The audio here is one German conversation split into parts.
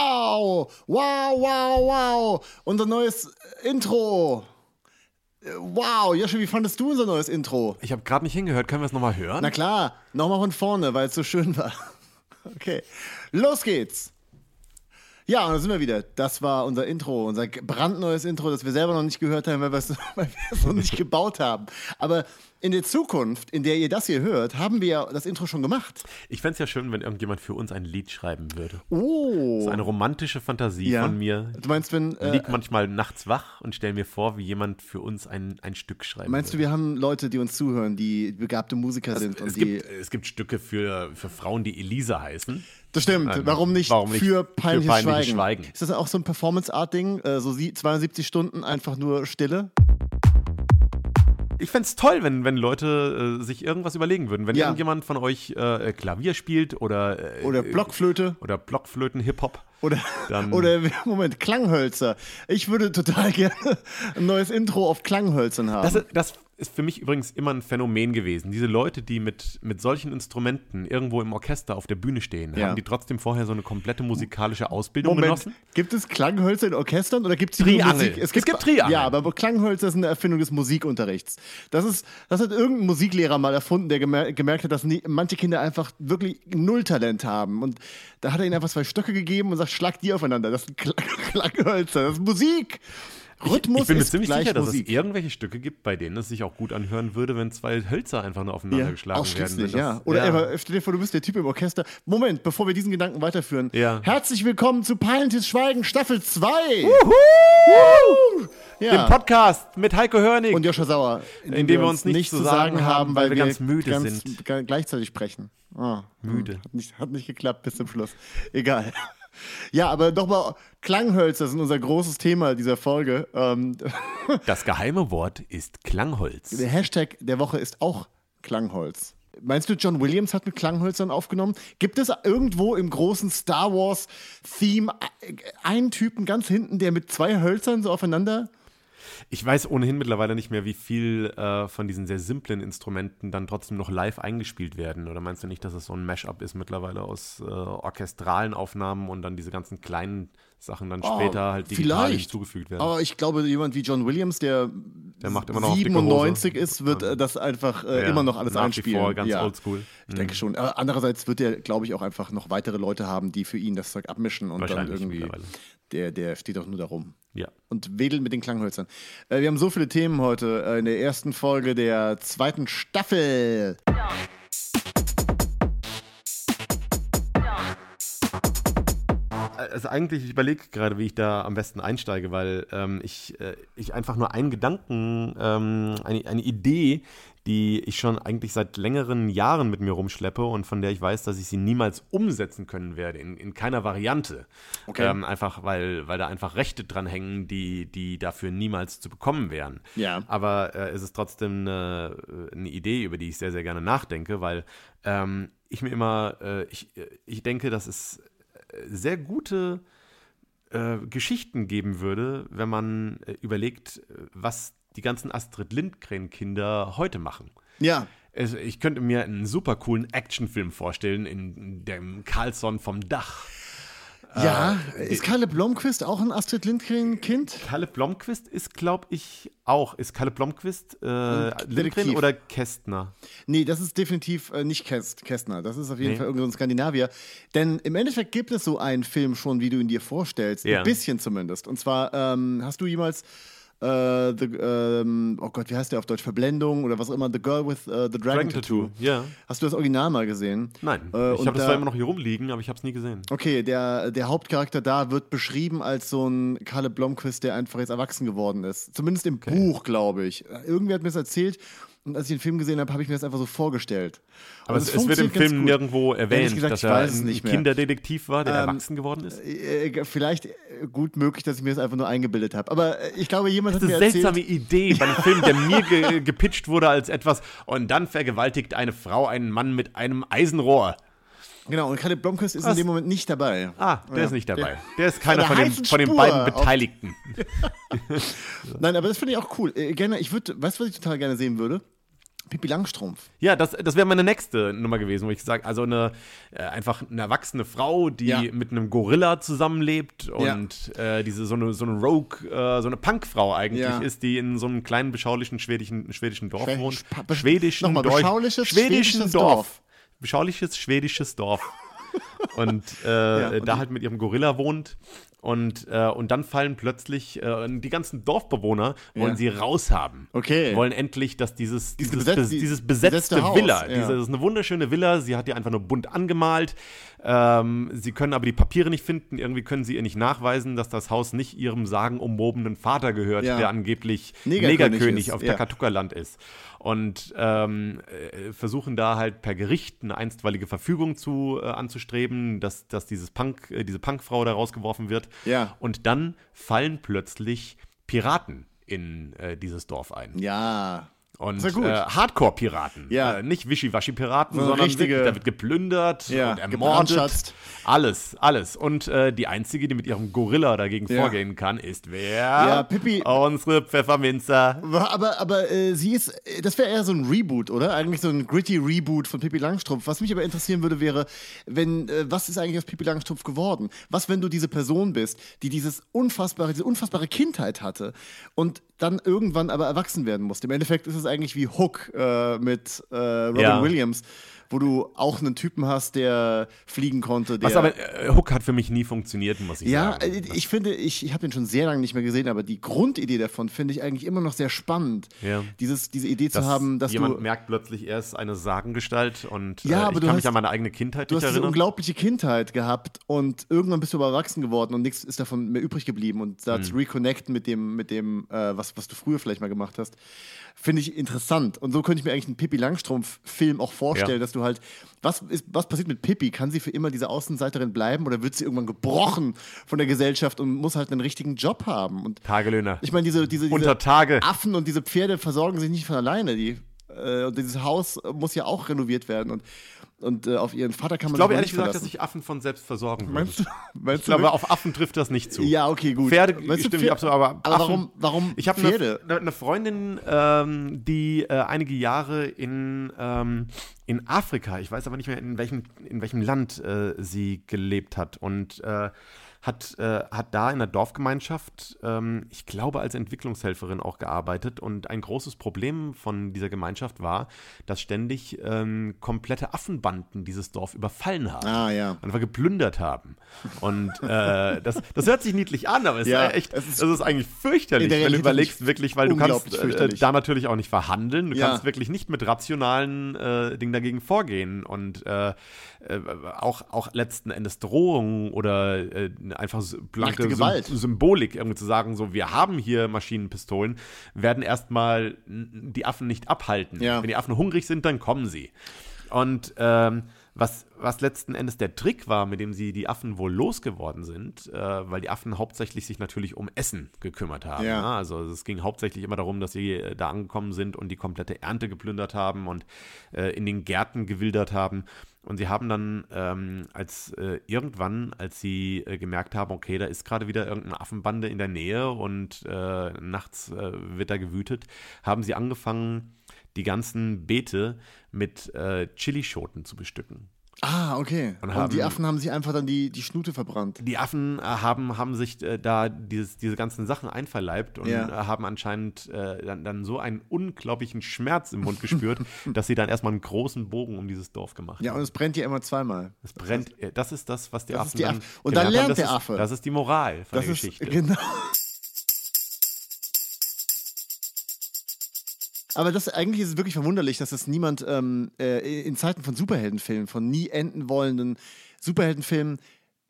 Wow, wow, wow, wow. Unser neues Intro. Wow, Joshi, wie fandest du unser neues Intro? Ich habe gerade nicht hingehört. Können wir es nochmal hören? Na klar, nochmal von vorne, weil es so schön war. Okay, los geht's. Ja, und da sind wir wieder. Das war unser Intro, unser brandneues Intro, das wir selber noch nicht gehört haben, weil wir es weil wir es noch nicht gebaut haben. Aber in der Zukunft, in der ihr das hier hört, haben wir ja das Intro schon gemacht. ich fände es ja schön, wenn irgendjemand für uns ein Lied schreiben würde. Oh. Das ist eine romantische Fantasie Ja. von mir. Du meinst, wenn, Ich äh, lieg manchmal nachts wach und stelle mir vor, wie jemand für uns ein, ein Stück schreiben meinst du, würde. wir haben Leute, die uns zuhören, die begabte Musiker sind und Also es die. gibt, es gibt Stücke für, für Frauen, die Elisa heißen. Das stimmt. Ähm, warum nicht warum nicht für für peinliches, peinliches Schweigen? Schweigen? Ist das auch so ein Performance-Art-Ding? Äh, so sie- 72 Stunden einfach nur Stille? Ich fände es toll, wenn, wenn Leute äh, sich irgendwas überlegen würden. Wenn Ja. irgendjemand von euch äh, Klavier spielt oder, äh, Oder Blockflöte? oder Blockflöten, Hip-Hop. Oder, Dann- oder, Moment, Klanghölzer. Ich würde total gerne ein neues Intro auf Klanghölzern haben. Das, ist- Also, das ist für mich übrigens immer ein Phänomen gewesen. Diese Leute, die mit, mit solchen Instrumenten irgendwo im Orchester auf der Bühne stehen, Ja. haben die trotzdem vorher so eine komplette musikalische Ausbildung Moment, genossen? gibt es Klanghölzer in Orchestern oder gibt es Triangel. Musik? Es gibt Triangel. Ja, aber Klanghölzer sind eine Erfindung des Musikunterrichts. Das, ist, das hat irgendein Musiklehrer mal erfunden, der gemer gemerkt hat, dass nie, manche Kinder einfach wirklich null Talent haben. Und da hat er ihnen einfach zwei Stöcke gegeben und sagt, schlag die aufeinander. Das sind Klang Klanghölzer, das ist Musik. Rhythmus Ich bin mir ist ziemlich gleich sicher, dass Musik. es irgendwelche Stücke gibt, bei denen es sich auch gut anhören würde, wenn zwei Hölzer einfach nur aufeinander geschlagen werden. Ausschließlich, wenn das- ja. Oder Eva, stell dir vor, du bist der Typ im Orchester. Moment, bevor wir diesen Gedanken weiterführen. Ja. Herzlich willkommen zu Peilentis Schweigen Staffel 2. Juhu! Ja. Dem Podcast mit Heiko Hörnig. Und Joscha Sauer, Indem wir uns nichts zu sagen haben, weil wir ganz müde sind. g- Gleichzeitig sprechen. Ah, hm. Müde. Hat nicht, hat nicht geklappt bis zum Schluss. Egal. Ja, aber nochmal, Klanghölzer sind unser großes Thema dieser Folge. Ähm, das geheime Wort ist Klangholz. der Hashtag der Woche ist auch Klangholz. Meinst du, John Williams hat mit Klanghölzern aufgenommen? Gibt es irgendwo im großen Star Wars-Theme einen Typen ganz hinten, der mit zwei Hölzern so aufeinander Ich weiß ohnehin mittlerweile nicht mehr, wie viel äh, von diesen sehr simplen Instrumenten dann trotzdem noch live eingespielt werden. Oder meinst du nicht, dass es so ein Mashup ist mittlerweile aus äh, orchestralen Aufnahmen und dann diese ganzen kleinen Sachen dann später halt digital Oh, Ah, vielleicht. hinzugefügt werden? Aber ich glaube, jemand wie John Williams, der, macht immer noch auf dicke 97 Hose. ist, wird äh, das einfach äh, Ja, immer noch alles nach wie einspielen. vor ganz oldschool. Mhm. Ich denke schon. Aber andererseits wird er, glaube ich, auch einfach noch weitere Leute haben, die für ihn das Zeug abmischen und dann Wahrscheinlich irgendwie. mittlerweile. Der, der steht doch nur darum. Ja. Und wedelt mit den Klanghölzern. Äh, wir haben so viele Themen heute äh, in der ersten Folge der zweiten Staffel. Also eigentlich, ich überlege gerade, wie ich da am besten einsteige, weil ähm, ich, äh, ich einfach nur einen Gedanken, ähm, eine, eine Idee, die ich schon eigentlich seit längeren Jahren mit mir rumschleppe und von der ich weiß, dass ich sie niemals umsetzen können werde, in, in keiner Variante. Okay. Ähm, einfach, weil, weil da einfach Rechte dran hängen, die, die dafür niemals zu bekommen wären. Ja. Aber äh, es ist trotzdem eine, äh, eine Idee, über die ich sehr, sehr gerne nachdenke, weil ähm, ich mir immer, äh, ich, ich denke, dass es sehr gute äh, Geschichten geben würde, wenn man äh, überlegt, äh, was die ganzen Astrid Lindgren-Kinder heute machen. Ja. Es, ich könnte mir einen super coolen Actionfilm vorstellen, in dem Carlson vom Dach. Ah. Ja. ist Kalle Blomquist auch ein Astrid Lindgren-Kind? Kalle Blomquist ist, glaube ich, auch. Ist Kalle Blomquist äh, Lindgren Hm, Detektiv. oder Kästner? Nee, das ist definitiv äh, nicht Käst, Kästner. Das ist auf jeden Nee. Fall irgendein Skandinavier. Denn im Endeffekt gibt es so einen Film schon, wie du ihn dir vorstellst. Ja. Ein bisschen zumindest. Und zwar, ähm, hast du jemals. Äh, the, ähm, oh Gott, wie heißt der auf Deutsch? Verblendung oder was auch immer? The Girl with äh, the Dragon, Dragon Tattoo. Tattoo, ja. Hast du das Original mal gesehen? Nein. Äh, ich und habe da- das zwar immer noch hier rumliegen, aber ich habe es nie gesehen. Okay, der, der Hauptcharakter da wird beschrieben als so ein Kalle Blomquist, der einfach jetzt erwachsen geworden ist. Zumindest im Buch, glaube ich. Äh, Irgendwer hat mir das erzählt und als ich den Film gesehen habe, habe ich mir das einfach so vorgestellt. Und Aber es, es wird im funktioniert ganz Film gut. nirgendwo erwähnt, gesagt, dass ich er weiß es ein nicht mehr. Ähm, Kinderdetektiv war, der erwachsen geworden ist. Äh, Vielleicht äh, gut möglich, dass ich mir das einfach nur eingebildet habe. Aber äh, ich glaube, jemand hat Das mir ist erzählt. eine seltsame Idee bei einem Film, der mir ge gepitcht wurde als etwas. Und dann vergewaltigt eine Frau einen Mann mit einem Eisenrohr. Genau, und Kalle Blomquist ist in Was? dem Moment nicht dabei. Ah, der ist nicht dabei. Der ist Bei keiner der von, den, heißen von den Spur beiden auf- Beteiligten. Nein, aber das finde ich auch cool. Äh, gerne, ich würde, weißt du, was ich total gerne sehen würde? Pippi Langstrumpf. Ja, das, das wäre meine nächste Nummer gewesen, wo ich sage, also eine äh, einfach eine erwachsene Frau, die Ja. mit einem Gorilla zusammenlebt und äh, diese so eine, so eine Rogue, äh, so eine Punkfrau eigentlich Ja. ist, die in so einem kleinen beschaulichen schwedischen, schwedischen Dorf Schwä- wohnt. spa- be- schwedischen Nochmal, Dorf- beschauliches schwedischen schwedisches Dorf. Dorf. Beschauliches schwedisches Dorf. und, äh, und da die- halt mit ihrem Gorilla wohnt. Und, äh, und dann fallen plötzlich äh, die ganzen Dorfbewohner wollen Ja. sie raushaben. Okay. Wollen endlich, dass dieses, dieses, besetz- bes- die- dieses besetzte besetzte Haus, Villa, ja. diese, das ist eine wunderschöne Villa, sie hat die einfach nur bunt angemalt. Ähm, sie können aber die Papiere nicht finden, irgendwie können sie ihr nicht nachweisen, dass das Haus nicht ihrem sagenumwobenen Vater gehört, Ja. der angeblich Negerkönig Negerkönig, ist, auf ja. Takatuka-Land ist. Und ähm, äh, versuchen da halt per Gericht eine einstweilige Verfügung zu, äh, anzustreben, dass, dass dieses Punk, äh, diese Punkfrau da rausgeworfen wird. Ja. Und dann fallen plötzlich Piraten in äh, dieses Dorf ein. Ja. Und Sehr gut. äh, Hardcore-Piraten. Ja. Äh, nicht Wischiwaschi-Piraten, Sondern sondern richtige- wirklich, da wird geplündert Ja, und ermordet. gebrandschatzt. Alles, alles. Und äh, die Einzige, die mit ihrem Gorilla dagegen Ja. vorgehen kann, ist wer? Ja, Pippi. Unsere Pfefferminzer. Wa- Aber, aber äh, sie ist, äh, das wäre eher so ein Reboot, oder? Eigentlich so ein gritty Reboot von Pippi Langstrumpf. Was mich aber interessieren würde, wäre, wenn, äh, was ist eigentlich aus Pippi Langstrumpf geworden? Was, wenn du diese Person bist, die dieses unfassbare, diese unfassbare Kindheit hatte und dann irgendwann aber erwachsen werden musste? Im Endeffekt ist es eigentlich wie Hook äh, mit äh, Robin Ja. Williams, wo du auch einen Typen hast, der fliegen konnte, der. Was aber, äh, Hook hat für mich nie funktioniert, muss ich Ja, sagen. äh, ich finde, ich, ich habe den schon sehr lange nicht mehr gesehen, aber die Grundidee davon finde ich eigentlich immer noch sehr spannend. Ja. Dieses, diese Idee zu haben, dass jemand du, merkt plötzlich, er ist eine Sagengestalt und Ja, äh, ich aber du kann hast- mich an meine eigene Kindheit du nicht hast diese erinnern. unglaubliche Kindheit gehabt und irgendwann bist du aber erwachsen geworden und nichts ist davon mehr übrig geblieben und da zu Mhm. reconnecten mit dem, mit dem, äh, was, was du früher vielleicht mal gemacht hast, finde ich interessant. Und so könnte ich mir eigentlich einen Pippi Langstrumpf-Film auch vorstellen, Ja. dass du halt, was, ist, was passiert mit Pippi? Kann sie für immer diese Außenseiterin bleiben oder wird sie irgendwann gebrochen von der Gesellschaft und muss halt einen richtigen Job haben? Und Tagelöhner. ich meine, diese, diese, diese Unter Tage. Affen und diese Pferde versorgen sich nicht von alleine. Die, äh, und dieses Haus muss ja auch renoviert werden. Und, und äh, auf ihren Vater kann man Ich glaube sich ehrlich nicht gesagt, dass verlassen. sich Affen von selbst versorgen würden. Meinst du? Meinst Ich glaube, auf Affen trifft das nicht zu. Ja, okay, gut. Pferde Meinst du stimme Pferde- ich absolut, aber, aber Affen, warum- warum ich habe Pferde? Eine, eine ne Freundin, ähm, die äh, einige Jahre in, ähm, in Afrika, ich weiß aber nicht mehr, in welchem, in welchem Land äh, sie gelebt hat und äh, hat, äh, hat da in der Dorfgemeinschaft, ähm, ich glaube, als Entwicklungshelferin auch gearbeitet. Und ein großes Problem von dieser Gemeinschaft war, dass ständig ähm, komplette Affenbanden dieses Dorf überfallen haben Ah, ja. einfach geplündert haben. Und äh, das, das hört sich niedlich an, aber es Ja, ist echt, also es es ist ist, das ist eigentlich fürchterlich, in der wenn du Realität überlegst, wirklich, weil du kannst unglaublich äh, fürchterlich. da natürlich auch nicht verhandeln, du Ja. kannst wirklich nicht mit rationalen äh, Dingen dagegen vorgehen und äh, äh, auch, auch letzten Endes Drohungen oder äh, einfach so blanke Nackte Gewalt. Sym Symbolik irgendwie zu sagen, so wir haben hier Maschinenpistolen, werden erstmal n- die Affen nicht abhalten. Ja. Wenn die Affen hungrig sind, dann kommen sie. Und ähm, was, was letzten Endes der Trick war, mit dem sie die Affen wohl losgeworden sind, äh, weil die Affen hauptsächlich sich natürlich um Essen gekümmert haben. Ja. ne? Also es ging hauptsächlich immer darum, dass sie äh, da angekommen sind und die komplette Ernte geplündert haben und äh, in den Gärten gewildert haben. Und sie haben dann ähm, als äh, irgendwann, als sie äh, gemerkt haben, okay, da ist gerade wieder irgendeine Affenbande in der Nähe und äh, nachts äh, wird da gewütet, haben sie angefangen, die ganzen Beete mit äh, Chilischoten zu bestücken. Ah, okay. Und, haben- die Affen haben sich einfach dann die, die Schnute verbrannt. Die Affen äh, haben, haben sich äh, da dieses, diese ganzen Sachen einverleibt und Ja. äh, haben anscheinend äh, dann, dann so einen unglaublichen Schmerz im Mund gespürt, dass sie dann erstmal einen großen Bogen um dieses Dorf gemacht Ja, und haben. es brennt ja immer zweimal. Es brennt, äh, das ist das, was die Das Affen ist die dann Aff- und dann gelernt lernt das der ist, Affe. Das ist die Moral von Das der ist Geschichte. genau. Aber das eigentlich ist es wirklich verwunderlich, dass das niemand ähm, äh, in Zeiten von Superheldenfilmen, von nie enden wollenden Superheldenfilmen,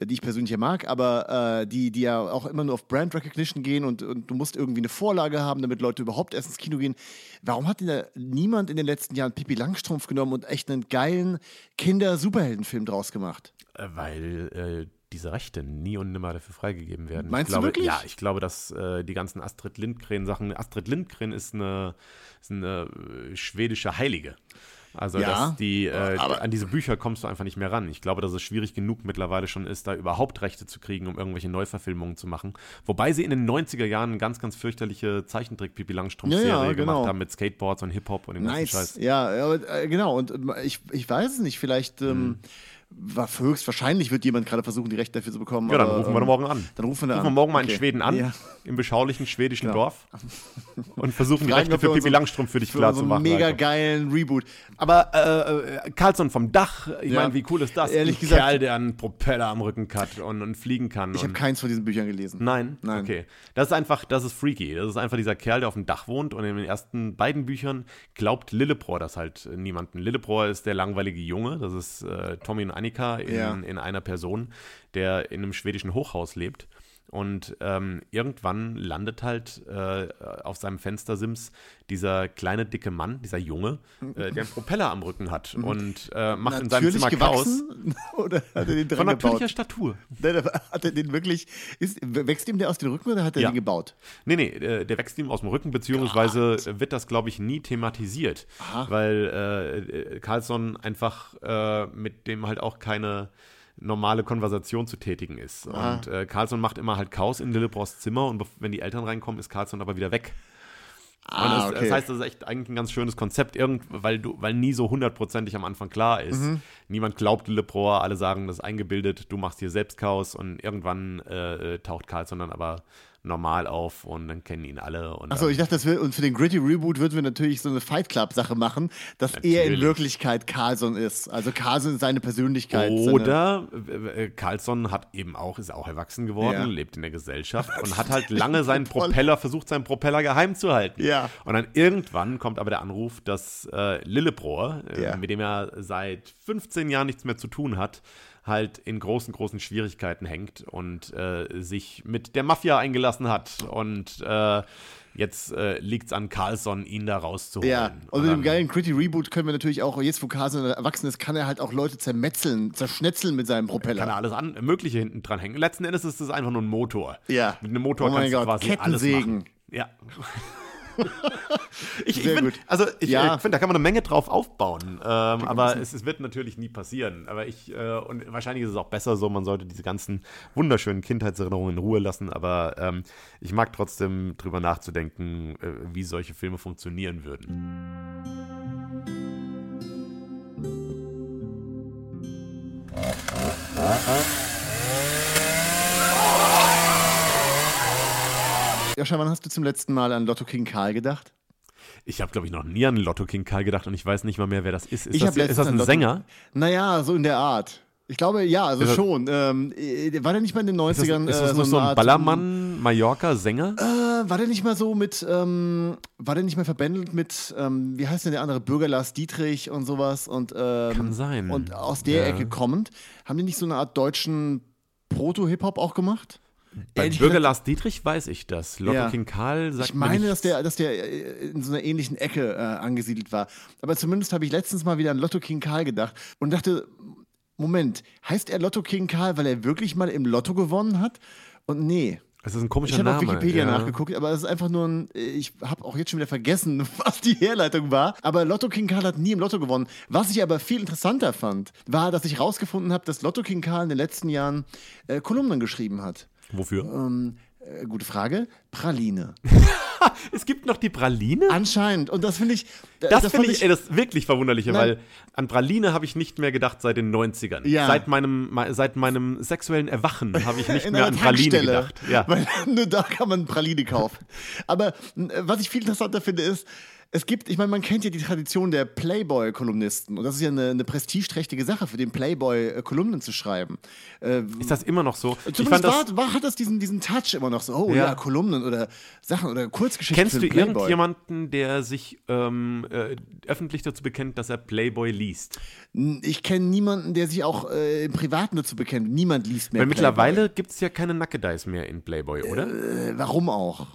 die ich persönlich ja mag, aber äh, die, die ja auch immer nur auf Brand Recognition gehen und, und du musst irgendwie eine Vorlage haben, damit Leute überhaupt erst ins Kino gehen. Warum hat denn da niemand in den letzten Jahren Pippi Langstrumpf genommen und echt einen geilen Kinder-Superheldenfilm draus gemacht? Äh, Weil äh, diese Rechte nie und nimmer dafür freigegeben werden. Meinst ich du glaube, wirklich? Ja, ich glaube, dass äh, die ganzen Astrid Lindgren-Sachen. Astrid Lindgren ist eine, ist eine äh, schwedische Heilige. Also, Ja, dass die, äh, aber- an diese Bücher kommst du einfach nicht mehr ran. Ich glaube, dass es schwierig genug mittlerweile schon ist, da überhaupt Rechte zu kriegen, um irgendwelche Neuverfilmungen zu machen. Wobei sie in den 90er Jahren eine ganz, ganz fürchterliche Zeichentrick-Pipi-Langstrumpf-Serie Ja, ja, genau. gemacht haben mit Skateboards und Hip-Hop und dem ganzen Nice. Scheiß. Ja, aber, äh, genau. Und ähm, ich, ich weiß es nicht. Vielleicht Mhm. ähm, war höchstwahrscheinlich wird jemand gerade versuchen, die Rechte dafür zu bekommen. Ja, dann aber, rufen wir ähm, doch morgen an. Dann rufen wir, da Rufen wir an. morgen mal Okay. in Schweden an, Ja. im beschaulichen schwedischen Dorf und versuchen die Fragen, Rechte ob wir für Pipi unsere- Langstrumpf für dich Für klar zu unseren machen. mega Alter. geilen Reboot. Aber äh, äh, Carlson vom Dach, ich Ja. meine, wie cool ist das? Ehrlich ein gesagt- Kerl, der einen Propeller am Rücken hat und, und fliegen kann. Ich habe und keins von diesen Büchern gelesen. Nein? Nein. Okay. Das ist einfach, das ist freaky. Das ist einfach dieser Kerl, der auf dem Dach wohnt und in den ersten beiden Büchern glaubt Lillepror das halt äh, niemanden. Lillepror ist der langweilige Junge, das ist äh, Tommy und Annika in, Ja. in einer Person, der in einem schwedischen Hochhaus lebt. Und ähm, irgendwann landet halt äh, auf seinem Fenstersims dieser kleine, dicke Mann, dieser Junge, äh, der einen Propeller am Rücken hat und äh, macht in Natürlich seinem Zimmer Chaos. gewachsen oder hat er den Von dran natürlicher gebaut? Statur. Nein, aber hat er den wirklich, ist, wächst ihm der aus den Rücken oder hat er Ja. den gebaut? Nee, nee, äh, der wächst ihm aus dem Rücken, beziehungsweise wird das, glaube ich, nie thematisiert, weil äh, äh, Carlson einfach äh, mit dem halt auch keine normale Konversation zu tätigen ist. Und äh, Carlson macht immer halt Chaos in Lillebrosts Zimmer und bef- wenn die Eltern reinkommen, ist Carlson aber wieder weg. Ah, Und das, das heißt, das ist echt eigentlich ein ganz schönes Konzept, irgend, weil, du, weil nie so hundertprozentig am Anfang klar ist. Niemand glaubt Lilleproa, alle sagen, das ist eingebildet, du machst hier selbst Chaos und irgendwann äh, äh, taucht Carlson dann aber normal auf und dann kennen ihn alle. Und Achso, dann- ich dachte, das wir, und für den Gritty Reboot würden wir natürlich so eine Fight Club-Sache machen, dass er in Natürlich. Wirklichkeit Carlson ist. Also Carlson ist seine Persönlichkeit. seine, Oder äh, äh, Carlson hat eben auch, ist auch erwachsen geworden, Ja. lebt in der Gesellschaft und hat halt lange seinen Propeller, versucht seinen Propeller geheim zu halten. Ja. Und dann irgendwann kommt aber der Anruf, dass äh, Lillebror, äh, Ja. mit dem er seit 15 Jahren nichts mehr zu tun hat, halt in großen, großen Schwierigkeiten hängt und äh, sich mit der Mafia eingelassen hat. Und äh, jetzt äh, liegt es an Carlson, ihn da rauszuholen. ja, und mit dann- dem geilen Gritty Reboot können wir natürlich auch, jetzt wo Carlson erwachsen ist, kann er halt auch Leute zermetzeln, zerschnetzeln mit seinem kann er Propeller. alles an, Mögliche hinten dran hängen. Letzten Endes ist es einfach nur ein Motor. Ja. Mit einem Oh Motor mein kannst du Gott, quasi alles Kettensägen. machen. Ja. ich ich Sehr finde, gut. also ich Ja. äh, finde, da kann man eine Menge drauf aufbauen. Ähm, aber es, es wird natürlich nie passieren. Aber ich, äh, und wahrscheinlich ist es auch besser so, man sollte diese ganzen wunderschönen Kindheitserinnerungen in Ruhe lassen. Aber ähm, ich mag trotzdem drüber nachzudenken, äh, wie solche Filme funktionieren würden. Joscha, wann hast du zum letzten Mal an Lotto King Karl gedacht? Ich habe, glaube ich, noch nie an Lotto King Karl gedacht und ich weiß nicht mal mehr, wer das ist. Ist, Ich das, hab letztens ist das an ein Lotto- Sänger? Naja, so in der Art. Ich glaube, ja, also Ist das- schon. Ähm, äh, war der nicht mal in den 90ern? Ist das, ist das äh, nur so eine ein Art- Ballermann, Mallorca-Sänger? Äh, war der nicht mal so mit, ähm, war der nicht mal verbändelt mit, ähm, wie heißt denn der andere, Bürger Lars Dietrich und sowas und, ähm, Kann sein. und aus der Ja. Ecke kommend, haben die nicht so eine Art deutschen Proto-Hip-Hop auch gemacht? Bei Ehrlich Bürger gesagt, Lars Dietrich weiß ich das. Lotto Ja. King Karl sagt ich mir meine, nichts. dass der, dass der äh, in so einer ähnlichen Ecke äh, angesiedelt war. Aber zumindest habe ich letztens mal wieder an Lotto King Karl gedacht und dachte, Moment, heißt er Lotto King Karl, weil er wirklich mal im Lotto gewonnen hat? Und nee. Das ist ein komischer Ich habe Name. auf Wikipedia ja. nachgeguckt, aber es ist einfach nur ein. Ich habe auch jetzt schon wieder vergessen, was die Herleitung war. Aber Lotto King Karl hat nie im Lotto gewonnen. Was ich aber viel interessanter fand, war, dass ich rausgefunden habe, dass Lotto King Karl in den letzten Jahren äh, Kolumnen geschrieben hat. Wofür? Äh, gute Frage. Praline. Es gibt noch die Praline? Anscheinend. Und das finde ich. d- Das, fand finde ich, ey, das ist wirklich Verwunderliche, Nein. weil an Praline habe ich nicht mehr gedacht seit den 90ern. Ja. Seit, meinem, me- seit meinem sexuellen Erwachen habe ich nicht in mehr einer an Praline Tankstelle, gedacht. Ja. weil nur da kann man Praline kaufen. Aber n- was ich viel interessanter finde ist, es gibt, ich meine, man kennt ja die Tradition der Playboy-Kolumnisten und das ist ja eine, eine prestigeträchtige Sache für den Playboy, äh, Kolumnen zu schreiben. Ist das immer noch so? ich fand Zumindest das, war, war, hat das diesen, diesen Touch immer noch so, oh ja, Ja. Kolumnen oder Sachen oder Kurzgeschichten Kennst für du den Playboy. irgendjemanden, der sich ähm, äh, öffentlich dazu bekennt, dass er Playboy liest? N- Ich kenne niemanden, der sich auch äh, im Privaten dazu bekennt. Niemand liest mehr Weil Playboy. mittlerweile gibt es ja keine Nackedeis mehr in Playboy, oder? Äh, warum auch?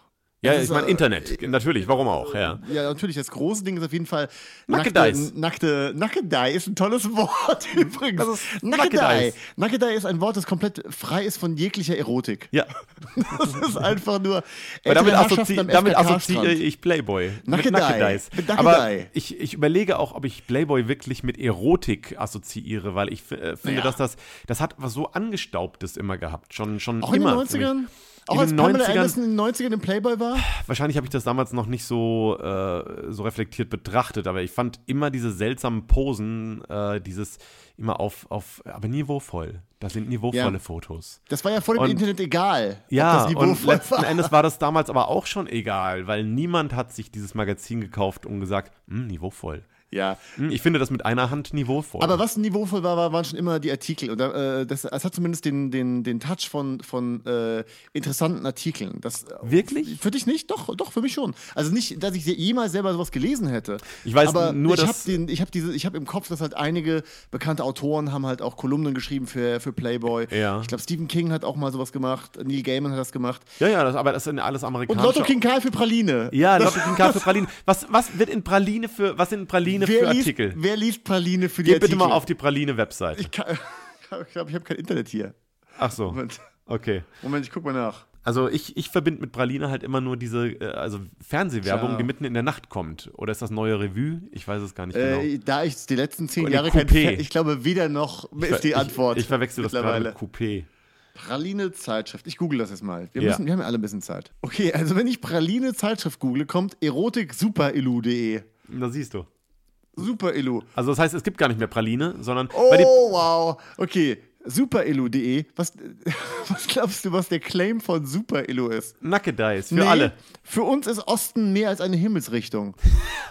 Äh, Ja, Das ich ist, meine äh, Internet, natürlich, warum auch, ja. Ja, natürlich, das große Ding ist auf jeden Fall Nackedeis. Nackte, nackte Nackedei ist ein tolles Wort übrigens. Das ist Nackedei. Nackedeis. Nackedei ist ein Wort, das komplett frei ist von jeglicher Erotik. Ja, Das ist einfach nur weil damit, ältere Herrschaften assozi äh, am damit FKK assoziiere Strand. ich Playboy. Nackedei. Mit Nackedeis. Mit Aber Nackedei. ich, ich überlege auch, ob ich Playboy wirklich mit Erotik assoziiere, weil ich äh, finde, Naja. dass das, das hat was so Angestaubtes immer gehabt. Schon, schon Auch in immer. den für mich. 90ern? Auch In als den Pamela 90ern? Anderson in den 90ern im Playboy war? Wahrscheinlich habe ich das damals noch nicht so, äh, so reflektiert betrachtet, aber ich fand immer diese seltsamen Posen, äh, dieses immer auf, auf, aber niveauvoll. Das sind niveauvolle Ja. Fotos. Das war ja vor dem Und- Internet egal. Ja, ob das Niveau und voll letzten war. Endes war das damals aber auch schon egal, weil niemand hat sich dieses Magazin gekauft und gesagt, "Hm, niveauvoll. Ja. Hm, Ich finde das mit einer Hand niveauvoll. Aber was niveauvoll war, war, waren schon immer die Artikel. Und äh, das, es hat zumindest den, den, den Touch von, von äh, interessanten Artikeln. Das, Wirklich? Für dich nicht? Doch, doch, für mich schon. Also nicht, dass ich jemals selber sowas gelesen hätte. Ich weiß aber nur, ich dass- Hab den, ich habe hab im Kopf, dass halt einige bekannte Autoren haben halt auch Kolumnen geschrieben für, für Playboy. Ja. Ich glaube, Stephen King hat auch mal sowas gemacht. Neil Gaiman hat das gemacht. Ja, ja, das, aber das sind alles Und amerikanische. Lotto King Karl für Praline. Ja, Lotto King Karl für Praline. Was, was wird in Praline für, was sind in Praline für Wer liest, Artikel? wer liest Praline für die Geh Artikel? bitte mal auf die Praline-Website. Ich glaube, ich, glaub, ich habe kein Internet hier. Ach so. Moment. Okay. Moment, ich guck mal nach. Also ich, ich verbinde mit Praline halt immer nur diese äh, also Fernsehwerbung, Klar. die mitten in der Nacht kommt. Oder ist das neue Revue? Ich weiß es gar nicht genau. Äh, da ich die letzten zehn Nee, Jahre kein Coupé. Fan, ich glaube weder noch ist die ich, Antwort. Ich, ich verwechsel das gerade mittlerweile. mit Coupé. Praline Zeitschrift. Ich google das jetzt mal. Wir, Ja. müssen, wir haben ja alle ein bisschen Zeit. Okay, also wenn ich Praline Zeitschrift google, kommt erotiksuperelu.de. Da siehst du. Superelu. Also das heißt, es gibt gar nicht mehr Praline, sondern Oh, weil die, wow. Okay, superelu.de. Was, was glaubst du, was der Claim von Superelu ist? Nackedei ist für Nee, alle. Für uns ist Osten mehr als eine Himmelsrichtung.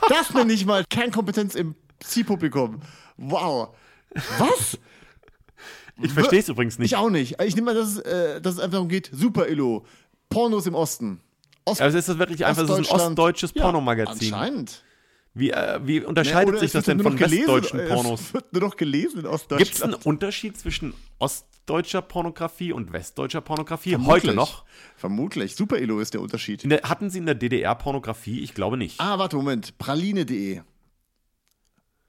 Das nenne ich mal Kernkompetenz im Zielpublikum. Wow. Was? Ich verstehe es übrigens nicht. Ich auch nicht. Ich nehme mal, dass, es, äh, dass es einfach darum geht, super Illo, Pornos im Osten. Ost Also ist das wirklich einfach so ein Ostdeutschland. ostdeutsches Ja, Pornomagazin? Anscheinend. Wie, äh, wie Ne, unterscheidet oder sich es das wird denn nur noch von gelesen, westdeutschen äh, Pornos? Es wird nur noch gelesen in Gibt es einen Ostdeutschland. Unterschied zwischen ostdeutscher Pornografie und westdeutscher Pornografie heute Vermutlich. noch? Vermutlich. Super Illo ist der Unterschied. In der, hatten sie in der DDR Pornografie? Ich glaube nicht. Ah, warte, Moment. Praline.de.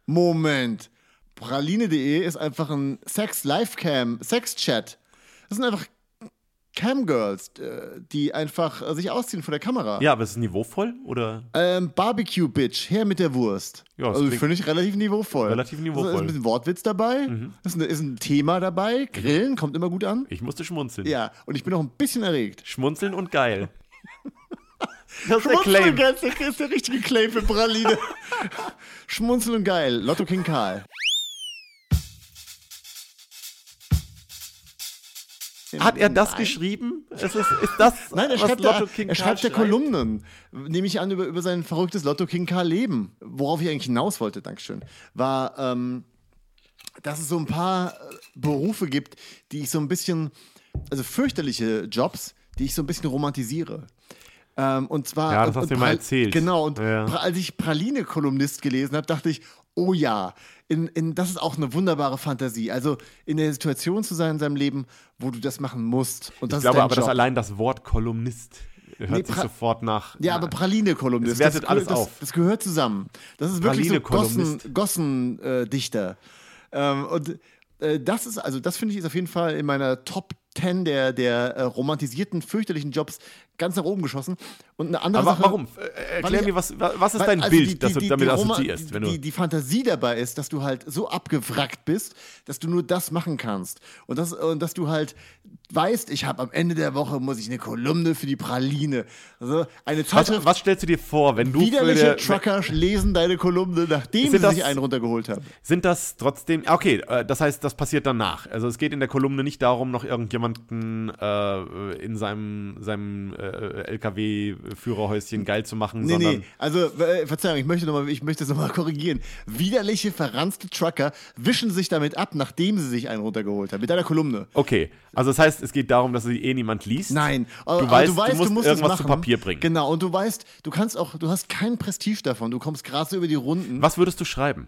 Moment. Praline.de ist einfach ein Sex-Live-Cam, Sex-Chat. Das sind einfach Cam-Girls, äh, die einfach äh, sich ausziehen vor der Kamera. Ja, aber ist es niveauvoll oder? Ähm, Barbecue Bitch, her mit der Wurst. Ja, das also klingt- finde ich relativ niveauvoll. Relativ niveauvoll. Mhm. Also, ist ein bisschen Wortwitz dabei, ist, ein, ist ein Thema dabei. Grillen kommt immer gut an. Ich musste schmunzeln. Ja, und ich bin auch ein bisschen erregt. Schmunzeln und geil. Das ist der Schmunzeln und Claim. geil das ist der richtige Claim für Praline. Schmunzeln und geil, Lotto King Karl. Hat er das geschrieben? Es ist, ist das, Nein, er was schreibt, Lotto da, King er Karl schreibt ja Kolumnen. Nehme ich an, über, über sein verrücktes Lotto King Karl Leben. Worauf ich eigentlich hinaus wollte, Dankeschön, war, ähm, dass es so ein paar äh, Berufe gibt, die ich so ein bisschen, also fürchterliche Jobs, die ich so ein bisschen romantisiere. Ähm, und zwar. Ja, und, das hast und du mir mal Pral- erzählt. Genau, und Ja, ja. Pra- als ich Praline-Kolumnist gelesen habe, dachte ich, oh ja, in, in, das ist auch eine wunderbare Fantasie. Also in der Situation zu sein in seinem Leben, wo du das machen musst. Und das Ich ist glaube dein aber, Job. dass allein das Wort Kolumnist hört Nee, sich Pra- sofort nach. Ja, aber Praline-Kolumnist. Es wertet das- alles das, auf. Das gehört zusammen. Das ist wirklich so Gossen- Praline-Kolumnist. Gossen-Dichter. ähm, und äh, das ist, also das finde ich ist auf jeden Fall in meiner Top 10 der, der äh, romantisierten, fürchterlichen Jobs ganz nach oben geschossen. Und eine andere aber Sache, warum? Äh, weil Erklär ich- mir, was, was ist weil- dein also Bild, die- das die- du die- damit die Roma- assoziierst? Wenn du, die, die Fantasie dabei ist, dass du halt so abgewrackt bist, dass du nur das machen kannst. Und, das, und dass du halt weißt, ich habe am Ende der Woche muss ich eine Kolumne für die Praline. Also eine Zeitschrift was, was stellst du dir vor, wenn du für Widerliche der, Trucker lesen deine Kolumne, nachdem Sind sie das- sich einen runtergeholt haben. sind das trotzdem okay? Äh, das heißt, das passiert danach. Also es geht in der Kolumne nicht darum, noch irgendjemanden äh, in seinem seinem äh, LKW-Führerhäuschen geil zu machen, Nee, sondern nee, also äh, Verzeihung, ich möchte, noch mal, ich möchte das nochmal korrigieren. Widerliche, verranzte Trucker wischen sich damit ab, nachdem sie sich einen runtergeholt haben. Mit deiner Kolumne. Okay, also das heißt, es geht darum, dass sie eh niemand liest. Nein, du, aber, aber weißt, du weißt, musst musst irgendwas es zu machen. Papier bringen. Genau, und du weißt, du kannst auch, du hast kein Prestige davon. Du kommst gerade so über die Runden. Was würdest du schreiben?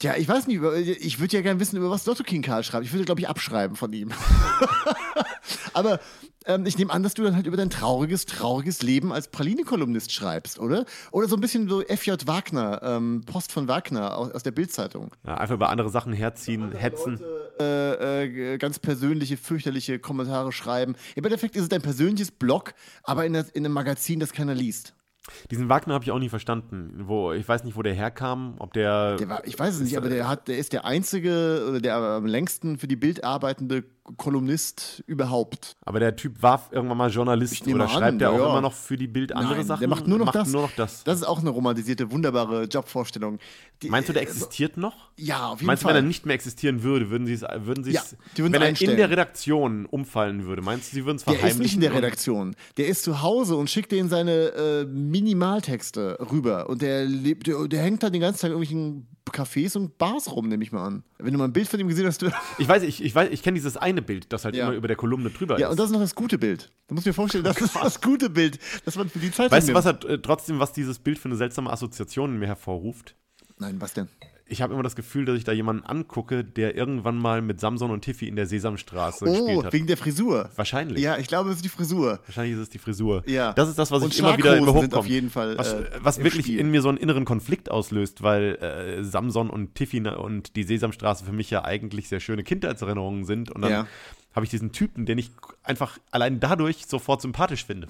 Tja, ich weiß nicht, über, ich würde ja gerne wissen, über was Lotto King Karl schreibt. Ich würde, glaube ich, abschreiben von ihm. Aber ähm, ich nehme an, dass du dann halt über dein trauriges, trauriges Leben als Praline-Kolumnist schreibst, oder? Oder so ein bisschen so FJ Wagner, ähm, Post von Wagner aus, aus der Bildzeitung. Ja, einfach über andere Sachen herziehen, hetzen. Äh, äh, ganz persönliche, fürchterliche Kommentare schreiben. Im Endeffekt ist es dein persönliches Blog, aber in, das, in einem Magazin, das keiner liest. Diesen Wagner habe ich auch nie verstanden. Wo, ich weiß nicht, wo der herkam, ob der. Der war, ich weiß es nicht, aber der, hat, der ist der einzige oder der am längsten für die Bild arbeitende Kolumnist überhaupt. aber der Typ war irgendwann mal Journalist nehme oder an, schreibt der auch ja. immer noch für die Bild andere Nein, Sachen? Der macht nur noch das. Nur noch das. Das ist auch eine romantisierte, wunderbare Jobvorstellung. Die, Meinst du, der äh, existiert noch? Ja, auf jeden Meinst du, Fall. wenn er nicht mehr existieren würde, würden sie es, würden sie es, Ja, die würden wenn es er einstellen. in der Redaktion umfallen würde, meinst du, sie würden es der verheimlichen? ist nicht in der und- Redaktion. Der ist zu Hause und schickt denen seine äh, Minimaltexte rüber. Und der, lebt, der, der hängt dann den ganzen Tag in irgendwelchen Cafés und Bars rum, nehme ich mal an. Wenn du mal ein Bild von ihm gesehen hast, du, Ich weiß, ich, ich weiß, ich kenne dieses eine Bild, das halt Ja. immer über der Kolumne drüber Ja, ist. und das ist noch das gute Bild. Da muss ich mir vorstellen, das ist das gute Bild, das man für die Zeitung weißt du, was nimmt. hat äh, trotzdem, was dieses Bild für eine seltsame Assoziation in mir hervorruft? Nein, was denn? Ich habe immer das Gefühl, dass ich da jemanden angucke, der irgendwann mal mit Samson und Tiffy in der Sesamstraße Oh, gespielt hat. wegen der Frisur. Wahrscheinlich. Ja, ich glaube, es ist die Frisur. Wahrscheinlich ist es die Frisur. Ja. Das ist das, was Und ich immer wieder in mir Schlaghosen sind hochkomme. auf jeden Fall, was äh, was im wirklich Spiel. in mir so einen inneren Konflikt auslöst, weil äh, Samson und Tiffy na- und die Sesamstraße für mich ja eigentlich sehr schöne Kindheitserinnerungen sind. Und dann Ja. habe ich diesen Typen, den ich einfach allein dadurch sofort sympathisch finde.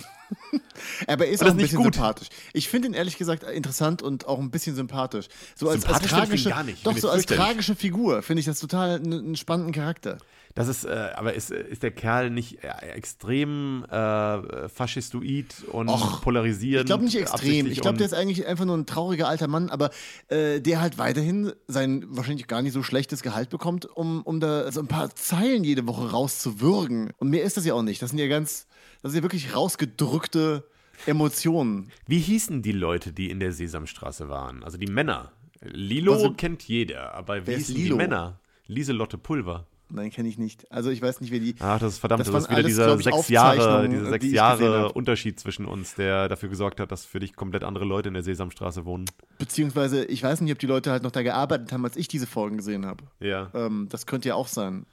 Aber er ist auch Und das ist ein nicht bisschen gut. sympathisch. Ich finde ihn ehrlich gesagt interessant und auch ein bisschen sympathisch. So als, Sympathisch als finde ich tragische, ihn gar nicht. Ich Doch, finde so ihn als fürchterlich. tragische Figur finde ich das total einen, einen spannenden Charakter. Das ist, äh, aber ist, ist der Kerl nicht äh, extrem äh, faschistoid und Och, polarisierend? Ich glaube nicht extrem. absichtlich Ich glaube, und- der ist eigentlich einfach nur ein trauriger alter Mann, aber äh, der halt weiterhin sein wahrscheinlich gar nicht so schlechtes Gehalt bekommt, um, um da so ein paar Zeilen jede Woche rauszuwürgen. Und mehr ist das ja auch nicht. Das sind ja ganz, das sind ja wirklich rausgedrückte Emotionen. Wie hießen die Leute, die in der Sesamstraße waren? Also die Männer. Lilo Was- kennt jeder, aber wie Wer ist hießen Lilo? die Männer? Lieselotte Pulver. Nein, kenne ich nicht. Also ich weiß nicht, wer die. Ach, das ist verdammt, Das das, waren ist wieder alles, dieser glaub ich, sechs Jahre, Aufzeichnungen, dieser die sechs ich gesehen Jahre hab. Unterschied zwischen uns, der dafür gesorgt hat, dass für dich komplett andere Leute in der Sesamstraße wohnen. Beziehungsweise, ich weiß nicht, ob die Leute halt noch da gearbeitet haben, als ich diese Folgen gesehen habe. Ja. Ähm, das könnte ja auch sein.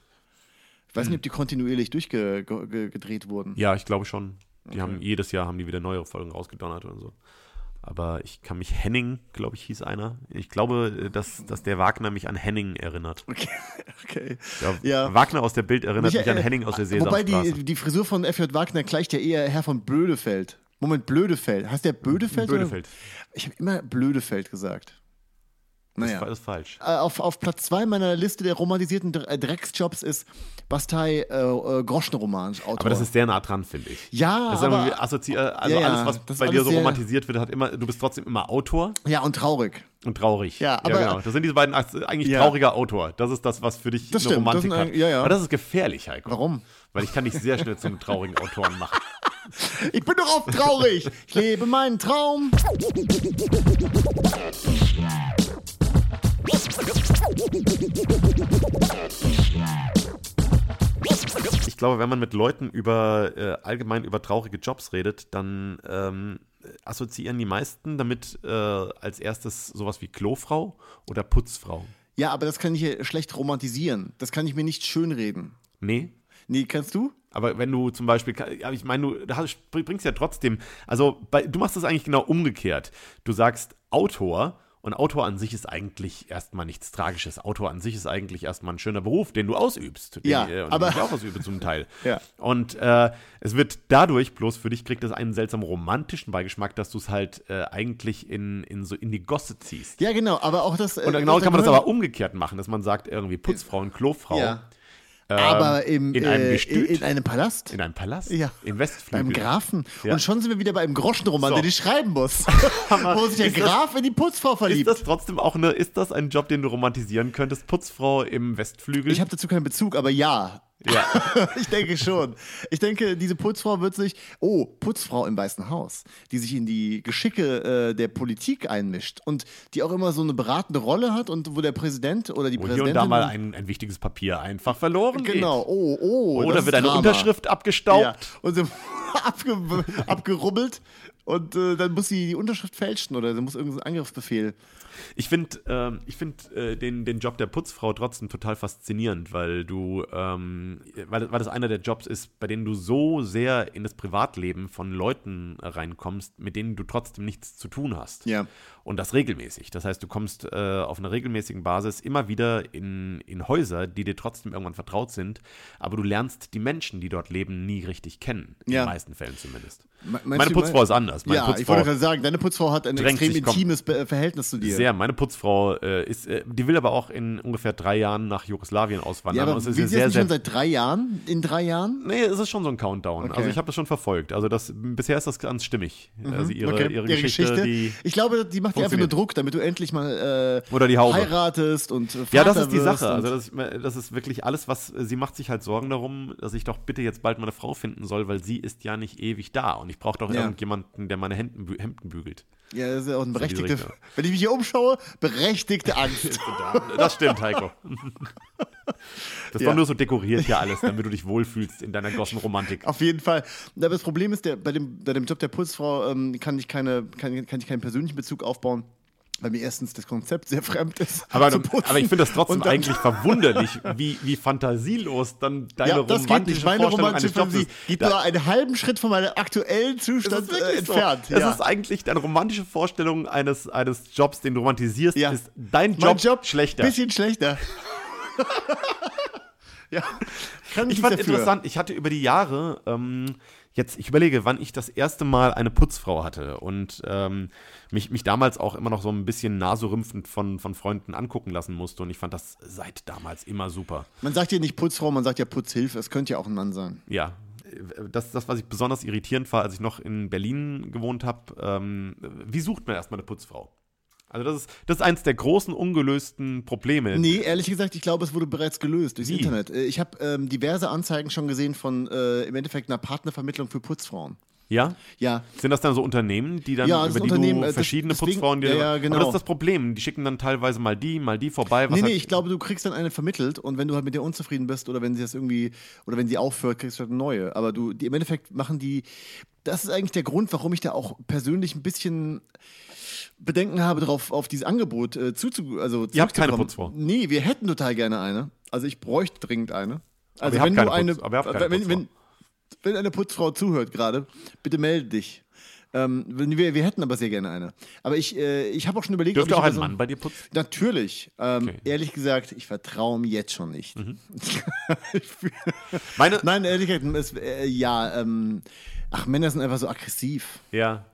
Ich Hm. weiß nicht, ob die kontinuierlich durchgedreht wurden. Ja, ich glaube schon. Die haben jedes Jahr haben die wieder neue Folgen rausgedonnert und so. Aber ich kann mich Henning, glaube ich, hieß einer. Ich glaube, äh, dass, dass der Wagner mich an Henning erinnert. Okay. okay. Der Ja. Wagner aus der Bild erinnert mich an Michael, Henning aus der äh, Wobei Sesamstraße. die, die Frisur von F.J. Wagner gleicht ja eher Herr von Blödefeld. Moment, Blödefeld. Heißt der Blödefeld? oder- Bödefeld. Ich habe immer Blödefeld gesagt. Das war Naja. alles falsch. Äh, Auf, auf Platz 2 meiner Liste der romantisierten Dre- äh, Drecksjobs ist Bastei äh, äh, Groschenroman. Autor. Aber das ist sehr nah dran, finde ich. Ja, Das ist aber- irgendwie assozi äh, also ja, ja, alles, was das ist bei dir alles so sehr- romantisiert wird, hat immer, du bist trotzdem immer Autor ja, und traurig. und traurig. Ja, aber- genau. Das sind diese beiden, Ach- eigentlich Ja. trauriger Autor. Das ist das, was für dich Das eine stimmt, das Romantik sind hat. ein- ja, ja. Aber das ist gefährlich, Heiko. Warum? Weil ich kann dich sehr schnell zum traurigen Autoren machen. Ich bin doch oft traurig. Ich lebe meinen Traum. Ich glaube, wenn man mit Leuten über äh, allgemein über traurige Jobs redet, dann ähm, assoziieren die meisten damit äh, als erstes sowas wie Klofrau oder Putzfrau. Ja, aber das kann ich hier schlecht romantisieren. Das kann ich mir nicht schönreden. Nee, Nee, kannst du? Aber wenn du zum Beispiel, ja, ich meine, du hast, bringst ja trotzdem, also bei, du machst das eigentlich genau umgekehrt. Du sagst Autor und Autor an sich ist eigentlich erstmal nichts Tragisches. Autor an sich ist eigentlich erstmal ein schöner Beruf, den du ausübst. Den, Ja, äh, und aber- den ich auch ausübe zum Teil. Ja. Und äh, es wird dadurch bloß für dich kriegt das einen seltsam romantischen Beigeschmack, dass du es halt äh, eigentlich in, in so in die Gosse ziehst. Ja, genau, aber auch das. Und genau kann man das aber umgekehrt machen, dass man sagt irgendwie Putzfrau und Klofrau Ja. aber im, Ähm, in einem äh, Gestüt. In, in einem Palast. in einem Palast, Ja. im beim Westflügel. Grafen. Ja. Und schon sind wir wieder bei einem Groschenroman, So. den ich schreiben muss. Aber Wo sich der ist das- Graf in die Putzfrau Ist verliebt. das trotzdem auch eine, ist das ein Job, den du romantisieren könntest? Putzfrau im Westflügel? Ich habe dazu keinen Bezug, aber ja. Hm? Ja. ich denke schon. Ich denke, diese Putzfrau wird sich, oh, Putzfrau im Weißen Haus, die sich in die Geschicke äh, der Politik einmischt und die auch immer so eine beratende Rolle hat und wo der Präsident oder die wo hier Präsidentin und da mal ein, ein wichtiges Papier einfach verloren genau, oh, oh, geht. das Oder ist wird eine Drama. Unterschrift abgestaubt? Ja, und so abge abgerubbelt Und äh, dann muss sie die Unterschrift fälschen oder dann muss irgendein Angriffsbefehl. Ich finde ähm, ich find, äh, den, den Job der Putzfrau trotzdem total faszinierend, weil du, ähm, weil, weil das einer der Jobs ist, bei denen du so sehr in das Privatleben von Leuten reinkommst, mit denen du trotzdem nichts zu tun hast. Ja. Und das regelmäßig. Das heißt, du kommst äh, auf einer regelmäßigen Basis immer wieder in, in Häuser, die dir trotzdem irgendwann vertraut sind, aber du lernst die Menschen, die dort leben, nie richtig kennen. Ja. In den meisten Fällen zumindest. Me- meinst Meine du, Putzfrau mein- ist anders. Meine ja, ich Putzfrau wollte gerade sagen, deine Putzfrau hat ein drängt extrem sich, komm. intimes Be- äh, Verhältnis zu dir. Sehr. Meine Putzfrau äh, ist, äh, die will aber auch in ungefähr drei Jahren nach Jugoslawien ja, auswandern. aber Und es will ist sie eine das sehr, nicht schon sehr, seit drei Jahren? In drei Jahren? nee, es ist schon so ein Countdown. Okay. Also ich habe das schon verfolgt. Also das, bisher ist das ganz stimmig. Also ihre, Mhm. Okay, ihre, Geschichte, die ich glaube, die macht dir einfach nur funktioniert. Druck, damit du endlich mal äh, Oder die Haube. heiratest und äh, Vater ja, das ist die wirst Sache. und- Also das, ist- das ist wirklich alles, was sie macht sich halt Sorgen darum, dass ich doch bitte jetzt bald meine Frau finden soll, weil sie ist ja nicht ewig da und ich brauche doch Ja. irgendjemanden, der meine Hemden, bü- Hemden bügelt. ja, das ist ja auch eine in die berechtigte, Richtung. wenn ich mich hier umschaue, berechtigte Angst. Das stimmt, Heiko. Das Ja. war nur so dekoriert hier alles, damit du dich wohlfühlst in deiner Gossen-Romantik. Auf jeden Fall. Aber das Problem ist, der, bei, dem, bei dem Job der Putzfrau ähm, kann, ich keine, kann, kann ich keinen persönlichen Bezug aufbauen, weil mir erstens das Konzept sehr fremd ist. Aber, zu putzen. aber ich finde das trotzdem Und dann- eigentlich verwunderlich, wie, wie fantasielos dann deine Ja, das geht romantische nicht. Meine Vorstellung romantische eines Jobs Fantasie ist. geht Da- nur einen halben Schritt von meinem aktuellen das Zustand ist äh, wirklich entfernt. so. ja. Es ist eigentlich deine romantische Vorstellung eines, eines Jobs, den du romantisierst, Ja. ist dein Job, mein Job schlechter. Bisschen schlechter. ja. Kann Ich nichts fand dafür. interessant, ich hatte über die Jahre, ähm, jetzt, ich überlege, wann ich das erste Mal eine Putzfrau hatte und ähm, mich, mich damals auch immer noch so ein bisschen naserümpfend von, von Freunden angucken lassen musste und ich fand das seit damals immer super. Man sagt ja nicht Putzfrau, man sagt ja Putzhilfe. Es könnte ja auch ein Mann sein. Ja. Das, das, was ich besonders irritierend war, als ich noch in Berlin gewohnt habe, ähm, wie sucht man erstmal eine Putzfrau? Also, das ist, das ist eins der großen ungelösten Probleme. Nee, ehrlich gesagt, ich glaube, es wurde bereits gelöst durchs Äh, Wie? Internet. Äh, Ich habe ähm, diverse Anzeigen schon gesehen von äh, im Endeffekt einer Partnervermittlung für Putzfrauen. Ja? Ja, Sind das dann so Unternehmen, die dann Ja, das über sind die Unternehmen, äh, du das- verschiedene deswegen- Putzfrauen dir. ja, ja, genau. Aber das ist das Problem. Die schicken dann teilweise mal die, mal die vorbei. Was nee, halt- nee, ich glaube, du kriegst dann eine vermittelt und wenn du halt mit der unzufrieden bist oder wenn sie das irgendwie oder wenn sie aufhört, kriegst du halt eine neue. Aber du, die, im Endeffekt machen die. Das ist eigentlich der Grund, warum ich da auch persönlich ein bisschen Bedenken habe, drauf auf dieses Angebot äh, zuzu, also Ihr habt keine zurückzukommen. Putzfrau. Nee, wir hätten total gerne eine. Also ich bräuchte dringend eine. Also ihr habt wenn keine du eine, Putz- aber ihr habt keine wenn, wenn, wenn eine Putzfrau zuhört gerade, bitte melde dich. Ähm, wir, wir hätten aber sehr gerne eine. Aber ich, äh, ich habe auch schon überlegt, Dürfte ich auch über ein so Mann bei dir putzen? Natürlich. Ähm, Okay. Mhm. Ehrlich gesagt, ich vertraue ihm jetzt schon nicht. Ich fühl- Meine. Nein, ehrlich gesagt, es, äh, ja, ähm, ach, Männer sind einfach so aggressiv. Ja.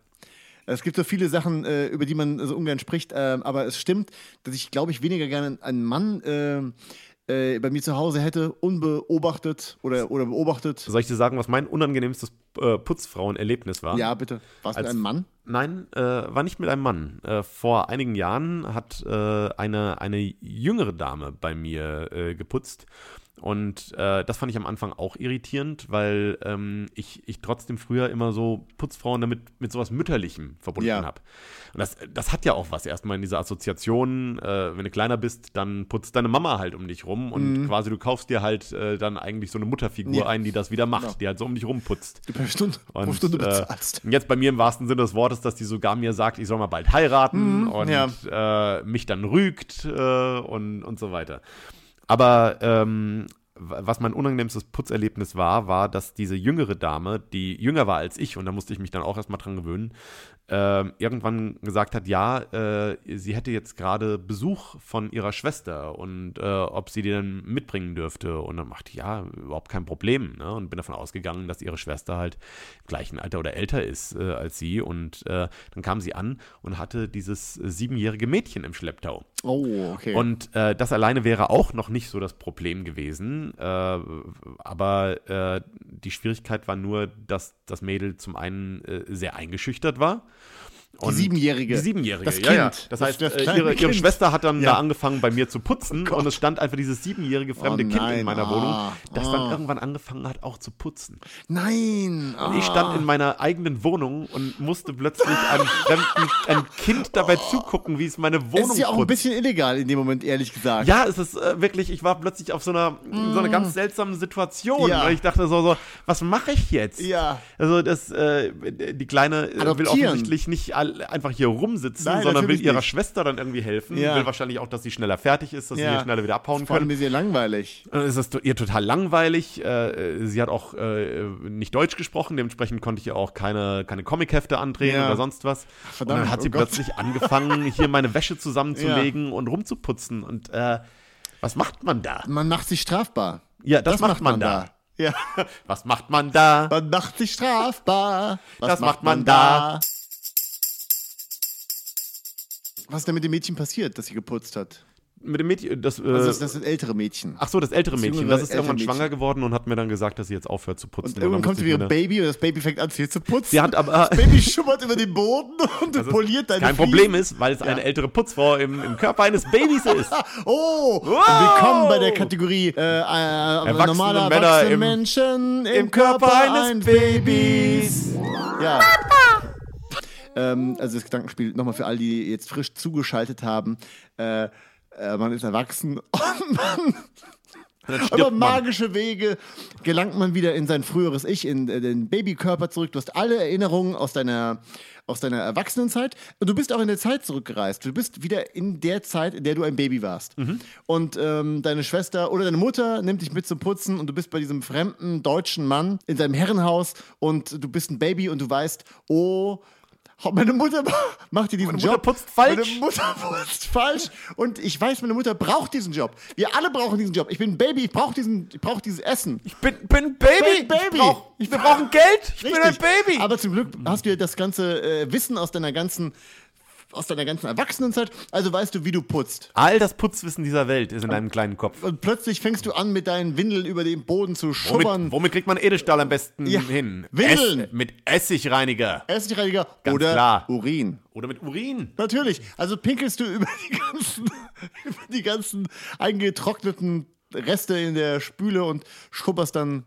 Es gibt so viele Sachen, äh, über die man so ungern spricht, ähm, aber es stimmt, dass ich, glaube ich, weniger gerne einen Mann ähm, äh, bei mir zu Hause hätte, unbeobachtet oder, oder beobachtet. Soll ich dir sagen, was mein unangenehmstes äh, Putzfrauenerlebnis war? Ja, bitte. Warst du Als- ein Mann? Nein, äh, war nicht mit einem Mann. Äh, vor einigen Jahren hat äh, eine, eine jüngere Dame bei mir äh, geputzt. Und äh, das fand ich am Anfang auch irritierend, weil ähm, ich, ich trotzdem früher immer so Putzfrauen damit mit sowas Mütterlichem verbunden Ja. habe. Und das, das hat ja auch was erstmal in dieser Assoziation, äh, wenn du kleiner bist, dann putzt deine Mama halt um dich rum und quasi du kaufst dir halt äh, dann eigentlich so eine Mutterfigur Mhm. Ja. ein, die das wieder macht, Genau. die halt so um dich rumputzt. Du per Stunde, Und, pro Stunde äh, bezahlst. und jetzt bei mir im wahrsten Sinne des Wortes, dass die sogar mir sagt, ich soll mal bald Mhm, heiraten und äh, mich dann rügt äh, und, und so weiter. Aber ähm, w- was mein unangenehmstes Putzerlebnis war, war, dass diese jüngere Dame, die jünger war als ich, und da musste ich mich dann auch erstmal dran gewöhnen, ähm, irgendwann gesagt hat, ja, äh, sie hätte jetzt gerade Besuch von ihrer Schwester und äh, ob sie die dann mitbringen dürfte. Und dann machte ich, ja, überhaupt kein Problem. Ne? Und bin davon ausgegangen, dass ihre Schwester halt im gleichen Alter oder älter ist äh, als sie. Und äh, dann kam sie an und hatte dieses äh, siebenjährige Mädchen im Schlepptau. Oh, okay. Und äh, das alleine wäre auch noch nicht so das Problem gewesen. Äh, aber äh, die Schwierigkeit war nur, dass das Mädel zum einen äh, sehr eingeschüchtert war Die Siebenjährige. Die Siebenjährige, Das ja, ja. Kind. Das- Das heißt, das äh, kleine ihre, ihre Kind. Schwester hat dann Ja. da angefangen, bei mir zu putzen und es stand einfach dieses siebenjährige fremde Oh Kind in nein, meiner ah, Wohnung, das dann ah. irgendwann angefangen hat, auch zu putzen. Nein. Ah, Und ich stand in meiner eigenen Wohnung und musste plötzlich einem fremden, einem Kind dabei zugucken, wie es meine Es Wohnung ist ja auch ein putzt. bisschen illegal in dem Moment, ehrlich gesagt. Ja, es ist äh, wirklich, ich war plötzlich auf so einer, in so einer ganz seltsamen Situation. Mm. Ja. Und ich dachte so, so was mache ich jetzt? Ja. Also, das, äh, die Kleine äh, will Adoptieren. offensichtlich nicht all, einfach hier rumsitzen, Nein, sondern will natürlich ihrer nicht. Schwester dann irgendwie helfen. Ja. Will wahrscheinlich auch, dass sie schneller fertig ist, dass sie Ja. hier schneller wieder abhauen Vor allem ein können. bisschen langweilig. Dann Äh, ist das to- ihr total langweilig. Äh, sie hat auch äh, nicht Deutsch gesprochen, dementsprechend konnte ich ihr auch keine, keine Comichefte andrehen Ja. oder sonst was. Verdammt, und dann hat oh sie Gott. plötzlich angefangen, hier meine Wäsche zusammenzulegen und rumzuputzen. Und äh, was macht man da? Man macht sich strafbar. Ja, das macht man Ja, Was macht man da? man macht sich strafbar. Was Das macht man da? Was ist denn mit dem Mädchen passiert, das sie geputzt hat? Mit dem Mädchen, das, äh, Also das, das sind ältere Mädchen. Ach so, das ältere Das Mädchen, jüngere, das ist ältere irgendwann Mädchen. schwanger geworden und hat mir dann gesagt, dass sie jetzt aufhört zu putzen. und irgendwann dann kommt sie musste wie ich ein mir Baby und das Baby fängt an, viel zu putzen. Sie hat aber- Das Baby schummert über den Boden und eine- poliert deine Kein Fliesen. Problem ist, weil es eine ältere Putzfrau im, im Körper eines Babys ist. Oh, willkommen bei der Kategorie äh, äh, erwachsene normaler Männer erwachsene im- Menschen im, im Körper Körper, eines eines Babys. Ja. Ähm, also das Gedankenspiel nochmal für all die die jetzt frisch zugeschaltet haben. Äh, äh, man ist erwachsen und man Dann über stirbt man. magische Wege gelangt man wieder in sein früheres Ich, in äh, den Babykörper zurück. Du hast alle Erinnerungen aus deiner, aus deiner Erwachsenenzeit. Und du bist auch in der Zeit zurückgereist. Du bist wieder in der Zeit, in der du ein Baby warst. Mhm. Und ähm, deine Schwester oder deine Mutter nimmt dich mit zum Putzen und du bist bei diesem fremden deutschen Mann in seinem Herrenhaus und du bist ein Baby und du weißt, oh. Meine Mutter macht dir diesen Meine Mutter Job. putzt falsch. Meine Mutter putzt falsch und ich weiß, meine Mutter braucht diesen Job. Wir alle brauchen diesen Job. Ich bin ein Baby, ich brauche diesen, ich brauche dieses Essen. Ich bin, bin ein Baby. Bin Baby. Ich brauch, ich wir brauchen Geld. Ich bin ein Baby. Aber zum Glück hast du ja das ganze äh, Wissen aus deiner ganzen, aus deiner ganzen Erwachsenenzeit. Also weißt du, wie du putzt. All das Putzwissen dieser Welt ist in deinem kleinen Kopf. Und plötzlich fängst du an, mit deinen Windeln über den Boden zu schubbern. Womit, womit kriegt man Edelstahl am besten Ja, hin? Windeln. mit Essigreiniger. Essigreiniger oder klar. Urin. Oder mit Urin. Natürlich. Also pinkelst du über die ganzen, über die ganzen eingetrockneten Reste in der Spüle und schubberst dann.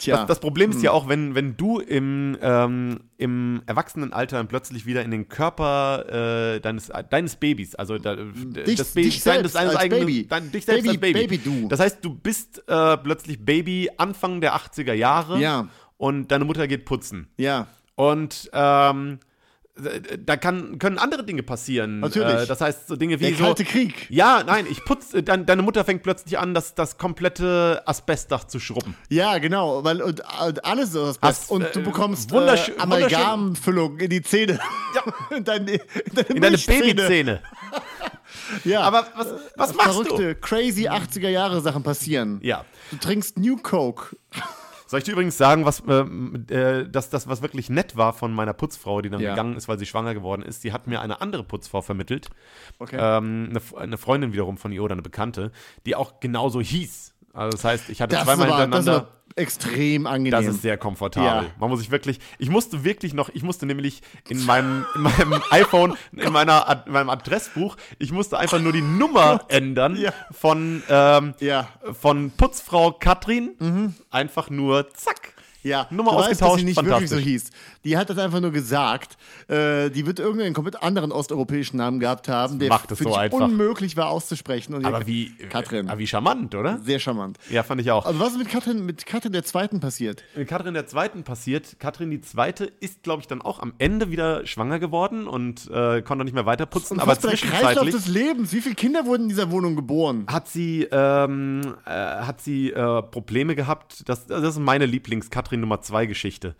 Tja. Das, das Problem Hm. ist ja auch, wenn, wenn du im, ähm, im Erwachsenenalter dann plötzlich wieder in den Körper äh, deines, deines Babys, also da, dich, dich selbst als Baby. dein, dich selbst Baby- als Baby Baby. du. Das heißt, du bist äh, plötzlich Baby Anfang der 80er Jahre Ja. und deine Mutter geht putzen. ja. Und ähm, da kann, können andere Dinge passieren. Natürlich. Äh, das heißt, so Dinge wie Der so. Kalte Krieg. Ja, nein, ich putze. Dein, deine Mutter fängt plötzlich an, das, das komplette Asbestdach zu schrubben. Ja, genau, weil und, und alles ist das Beste. Und du äh, bekommst wunderschön- äh, Amalgamfüllung in die Zähne. Ja. in deine, in deine, In deine Milchzähne. Babyzähne. Ja. Aber was, was machst Äh, Verrückte, crazy 80er Jahre Sachen passieren. du? Ja. Du trinkst New Coke. Soll ich dir übrigens sagen, was, ähm, äh, dass das, was wirklich nett war von meiner Putzfrau, die dann Ja. gegangen ist, weil sie schwanger geworden ist, die hat mir eine andere Putzfrau vermittelt. Okay. Ähm, eine, F- eine Freundin wiederum von ihr oder eine Bekannte, die auch genauso hieß. Also das heißt, ich hatte das, ist zweimal aber, das ist hintereinander. aber extrem angenehm. Das ist sehr komfortabel. Also Ja. Man muss sich wirklich, ich musste wirklich noch, ich musste nämlich in meinem, in meinem iPhone, in, meiner, Ad- in meinem Adressbuch, ich musste einfach nur die Nummer ändern Ja. von, ähm, Ja. von Putzfrau Katrin. Mhm. Einfach nur zack. Ja, Nummer du weißt, dass ausgetauscht, sie nicht wirklich fantastisch. so hieß. Die hat das einfach nur gesagt. Äh, die wird irgendeinen komplett anderen osteuropäischen Namen gehabt haben, der macht es für so dich einfach. unmöglich war auszusprechen. Und die- Aber wie, Katrin. Also- aber wie charmant, oder? Sehr charmant. Ja, fand ich auch. Aber was ist mit Katrin, mit Katrin der Zweiten passiert? Mit Katrin der Zweiten passiert. Katrin die Zweite ist, glaube ich, dann auch am Ende wieder schwanger geworden und äh, konnte nicht mehr weiter putzen. Aber Was für ein Kreislauf zwischenzeitlich des Lebens. Wie viele Kinder wurden in dieser Wohnung geboren? hat sie, ähm, äh, hat sie äh, Probleme gehabt. Das, also das ist meine Lieblings-Katrin Nummer 2-Geschichte.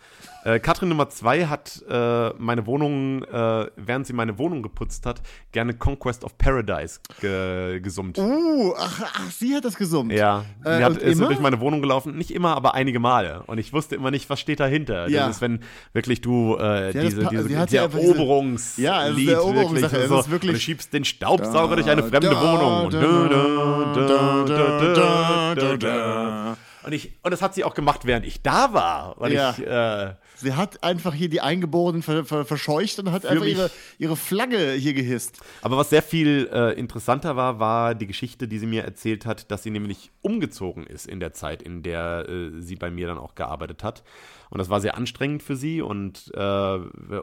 Äh, Katrin Nummer 2 hat äh, meine Wohnung, äh, während sie meine Wohnung geputzt hat, gerne Conquest of Paradise ge gesummt. Uh, ach, ach, sie hat das gesummt. Ja, sie Äh, hat, und ist immer? durch meine Wohnung gelaufen. Nicht immer, aber einige Male. Und ich wusste immer nicht, was steht dahinter. Ja. Das ist, wenn wirklich du äh, hat das diese, Pa- diese, sie hat diese ja einfach diese- Eroberungs Ja, es ist Lied eine Eroberungssache. wirklich, Es so, ist wirklich- und du schiebst den Staubsauger durch eine fremde da, Wohnung. da, da, da, da, da, da, Und Und, ich, und das hat sie auch gemacht, während ich da war. Weil Ja. ich, äh, Sie hat einfach hier die Eingeborenen ver, ver, verscheucht und hat einfach mich. ihre, ihre Flagge hier gehisst. aber was sehr viel äh, interessanter war, war die Geschichte, die sie mir erzählt hat, dass sie nämlich umgezogen ist in der Zeit, in der äh, sie bei mir dann auch gearbeitet hat. Und das war sehr anstrengend für sie. Und äh,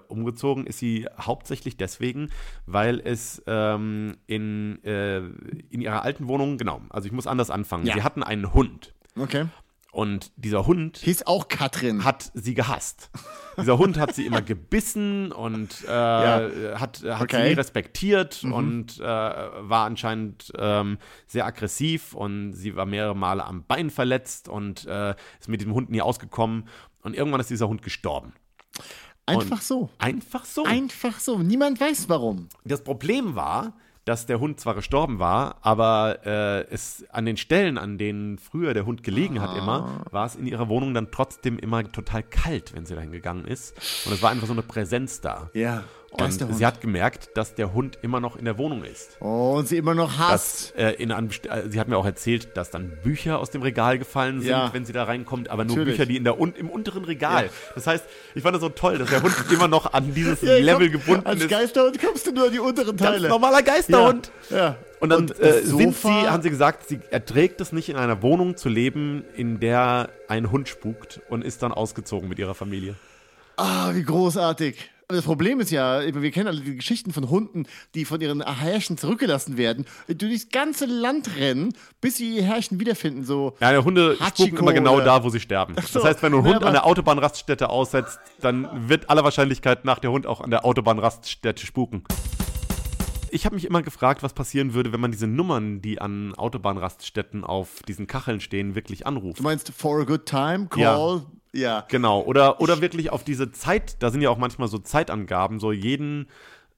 umgezogen ist sie hauptsächlich deswegen, weil es ähm, in, äh, in ihrer alten Wohnung, genau, also ich muss anders anfangen. Ja. Sie hatten einen Hund. Okay. Und dieser Hund Hieß auch Katrin. hat sie gehasst. Dieser Hund hat sie immer gebissen und äh, hat, äh, hat Okay. sie nie respektiert und äh, war anscheinend ähm, sehr aggressiv und sie war mehrere Male am Bein verletzt und äh, ist mit diesem Hund nie ausgekommen. Und irgendwann ist dieser Hund gestorben. Einfach so. Einfach so. Einfach so. Niemand weiß warum. Das Problem war, dass der Hund zwar gestorben war, aber äh, es an den Stellen, an denen früher der Hund gelegen hat immer, Ah. war es in ihrer Wohnung dann trotzdem immer total kalt, wenn sie dahin gegangen ist. Und es war einfach so eine Präsenz da. Ja. Und Geisterhund. sie hat gemerkt, dass der Hund immer noch in der Wohnung ist. oh, und sie immer noch hasst. Dass, äh, in einem, St- äh, sie hat mir auch erzählt, dass dann Bücher aus dem Regal gefallen sind, Ja. wenn sie da reinkommt, aber nur Natürlich. Bücher, die in der, un, im unteren Regal. Das heißt, ich fand das so toll, dass der Hund immer noch an dieses Level gebunden Als ist. Geisterhund kommst du nur an die unteren Ganz Teile. normaler Geisterhund. Ja. ja. Und dann äh, das sind sie, Sofa- haben sie gesagt, sie erträgt es nicht, in einer Wohnung zu leben, in der ein Hund spukt und ist dann ausgezogen mit ihrer Familie. Ah, wie großartig. Aber Das Problem ist ja, wir kennen alle die Geschichten von Hunden, die von ihren Herrchen zurückgelassen werden, die durch das ganze Land rennen, bis sie ihr Herrchen wiederfinden. So, Ja, Hunde spuken Hachiko, immer genau oder? da, wo sie sterben. so. Das heißt, wenn du einen Ja, Hund aber- an der Autobahnraststätte aussetzt, dann wird aller Wahrscheinlichkeit nach der Hund auch an der Autobahnraststätte spuken. Ich habe mich immer gefragt, was passieren würde, wenn man diese Nummern, die an Autobahnraststätten auf diesen Kacheln stehen, wirklich anruft. du meinst for a good time, Ja. call, ja. Genau, oder, oder wirklich auf diese Zeit, da sind ja auch manchmal so Zeitangaben, so jeden,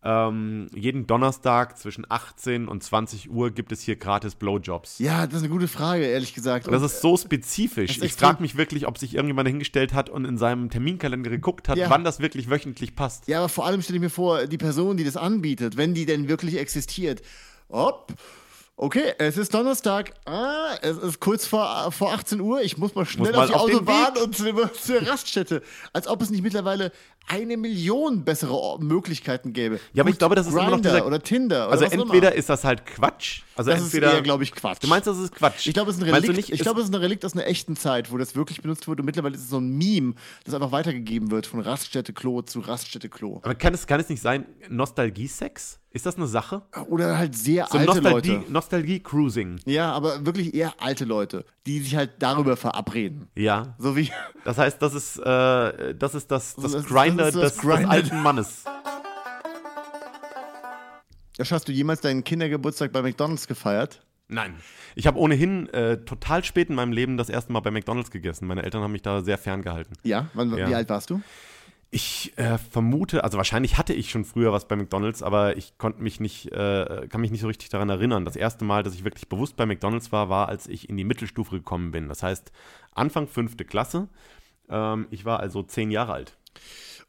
ähm, jeden Donnerstag zwischen 18 und 20 Uhr gibt es hier gratis Blowjobs. Ja, das ist eine gute Frage, ehrlich gesagt. Das ist so spezifisch. ist Ich extrem- frage mich wirklich, ob sich irgendjemand hingestellt hat und in seinem Terminkalender geguckt hat, Ja. wann das wirklich wöchentlich passt. ja, aber vor allem stelle ich mir vor, die Person, die das anbietet, wenn die denn wirklich existiert, ob. Okay, es ist Donnerstag. Ah, es ist kurz vor, vor 18 Uhr. Ich muss mal schnell mal auf die auf den Autobahn und zur, zur Raststätte. Als ob es nicht mittlerweile eine Million bessere Or- Möglichkeiten gäbe. Ja, aber ich glaube, das ist immer noch Grindr dieser- oder Tinder oder Also was auch entweder immer. ist das halt Quatsch, also Das ist entweder eher, glaube ich, Quatsch. Du meinst, das ist Quatsch? Ich glaube, es ist ein Meinst du Relikt. nicht, ich es- glaube, es ist ein Relikt aus einer echten Zeit, wo das wirklich benutzt wurde. Und mittlerweile ist es so ein Meme, das einfach weitergegeben wird von Raststätte-Klo zu Raststätte-Klo. aber kann es, kann es nicht sein, Nostalgie-Sex? Ist das eine Sache? Oder halt sehr So alte Nostalgie- Leute. Nostalgie-Cruising. Ja, aber wirklich eher alte Leute, die sich halt darüber verabreden. Ja. So wie. Das heißt, das ist, äh, das, ist das, das, Das- Grinder, das ist das des, Grinder. des alten Mannes. Josh, hast du jemals deinen Kindergeburtstag bei McDonalds gefeiert? Nein. Ich habe ohnehin äh, total spät in meinem Leben das erste Mal bei McDonalds gegessen. Meine Eltern haben mich da sehr ferngehalten. Ja. Wann, Ja. Wie alt warst du? Ich äh, vermute, also wahrscheinlich hatte ich schon früher was bei McDonalds, aber ich konnte mich nicht, äh, kann mich nicht so richtig daran erinnern. Das erste Mal, dass ich wirklich bewusst bei McDonalds war, war, als ich in die Mittelstufe gekommen bin. Das heißt, Anfang fünfte Klasse. Ähm, ich war also zehn Jahre alt.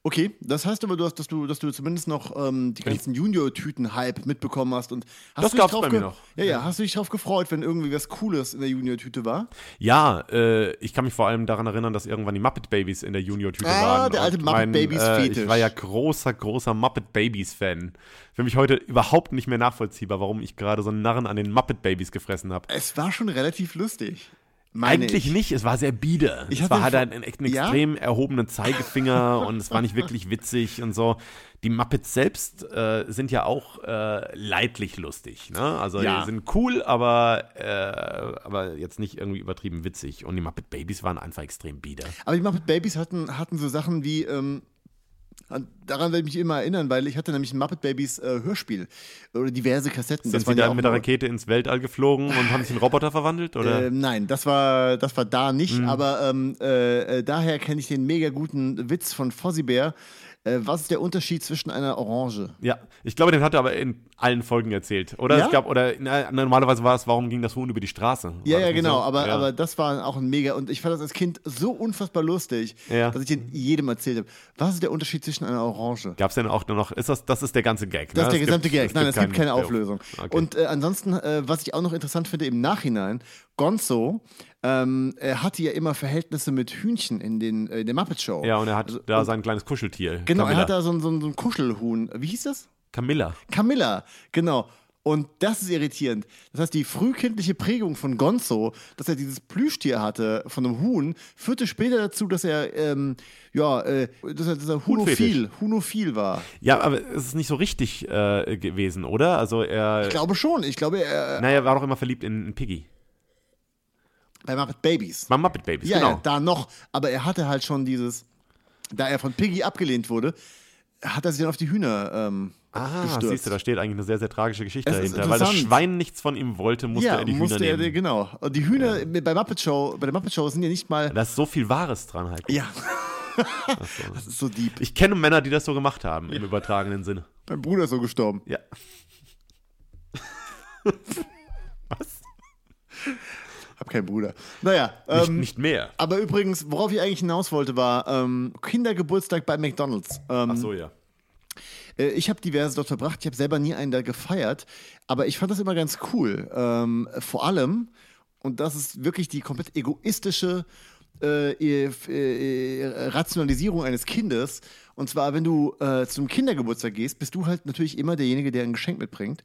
Okay, das heißt aber, du hast, dass, du, dass du zumindest noch ähm, die ganzen Junior-Tüten-Hype mitbekommen hast. Und hast Das du dich gab's drauf bei mir ge- noch. Ja, ja, hast du dich drauf gefreut, wenn irgendwie was Cooles in der Junior-Tüte war? Ja, äh, ich kann mich vor allem daran erinnern, dass irgendwann die Muppet Babies in der Junior-Tüte Ah, waren. der alte Und Muppet Babies äh, Ich Fetisch. war ja großer, großer Muppet Babies-Fan. Für mich heute überhaupt nicht mehr nachvollziehbar, warum ich gerade so einen Narren an den Muppet Babies gefressen habe. Es war schon relativ lustig. Meine Eigentlich ich. nicht, es war sehr bieder. Ich es hab war, den hatte Fo- einen, echt einen Ja? extrem erhobenen Zeigefinger und es war nicht wirklich witzig und so. Die Muppets selbst äh, sind ja auch äh, leidlich lustig. Ne? Also Ja. die sind cool, aber, äh, aber jetzt nicht irgendwie übertrieben witzig. Und die Muppet Babies waren einfach extrem bieder. Aber die Muppet Babies hatten, hatten so Sachen wie, ähm, an- daran werde ich mich immer erinnern, weil ich hatte nämlich ein Muppet Babies äh, Hörspiel oder diverse Kassetten. Sind waren sie dann ja auch mit der nur- Rakete ins Weltall geflogen und haben sich in Roboter verwandelt? Oder? Mhm. Ähm, nein, das war, das war da nicht, aber ähm, äh, äh, daher kenne ich den mega guten Witz von Fozzie Bear. Äh, was ist der Unterschied zwischen einer Orange? ja, ich glaube, den hat er aber in allen Folgen erzählt. Oder Ja? es gab, oder na, normalerweise war es, warum ging das Huhn über die Straße? War Ja, das ja, nicht genau, so? aber, Ja. aber das war auch ein mega und ich fand das als Kind so unfassbar lustig, Ja. dass ich den jedem erzählt habe. Was ist der Unterschied zwischen einer Orange. Gab es denn auch nur noch, ist das, das ist der ganze Gag, ne? Das ist der Es gesamte gibt- Gag. Nein, es gibt keine keinen- Auflösung. Okay. Und äh, ansonsten, äh, was ich auch noch interessant finde im Nachhinein, Gonzo ähm, er hatte ja immer Verhältnisse mit Hühnchen in, den, äh, in der Muppet Show. Ja, und er hat da sein kleines Kuscheltier. Also, Genau, Camilla. er hat da so, ein- so, ein- so ein Kuschelhuhn. Wie hieß das? Camilla. Camilla, genau. Und das ist irritierend. Das heißt, die frühkindliche Prägung von Gonzo, dass er dieses Plüschtier hatte von einem Huhn, führte später dazu, dass er, ähm, ja, äh, dass er, dass er Huhnfetisch. hunophil, hunophil war. Ja, aber es ist nicht so richtig äh, gewesen, oder? Also er, Ich glaube schon. Ich glaube, er, naja, war doch immer verliebt in Piggy. bei Muppet Babies. Bei Muppet Babies, Ja, genau. ja, da noch. Aber er hatte halt schon dieses, da er von Piggy abgelehnt wurde, hat er sich dann auf die Hühner ähm, Ah, gestürzt. siehst du, da steht eigentlich eine sehr, sehr tragische Geschichte Es ist dahinter. Weil das interessant. Schwein nichts von ihm wollte, musste ja, er die musste Hühner er, nehmen. genau. Und die Hühner bei Muppet Show, bei der Muppet Show sind ja nicht mal, Da ist so viel Wahres dran halt. ja. Das ist so deep. Ich kenne Männer, die das so gemacht haben, im übertragenen Sinne. Mein Bruder ist so gestorben. Ja. Hab keinen Bruder. Naja, Nicht, ähm, nicht mehr. aber übrigens, worauf ich eigentlich hinaus wollte, war ähm, Kindergeburtstag bei McDonalds. Ähm, Ach so, ja. äh, Ich habe diverse dort verbracht. Ich habe selber nie einen da gefeiert, aber ich fand das immer ganz cool. Ähm, vor allem, und das ist wirklich die komplett egoistische äh, eh- eh- eh- Rationalisierung eines Kindes. Und zwar, wenn du äh, zum Kindergeburtstag gehst, bist du halt natürlich immer derjenige, der ein Geschenk mitbringt.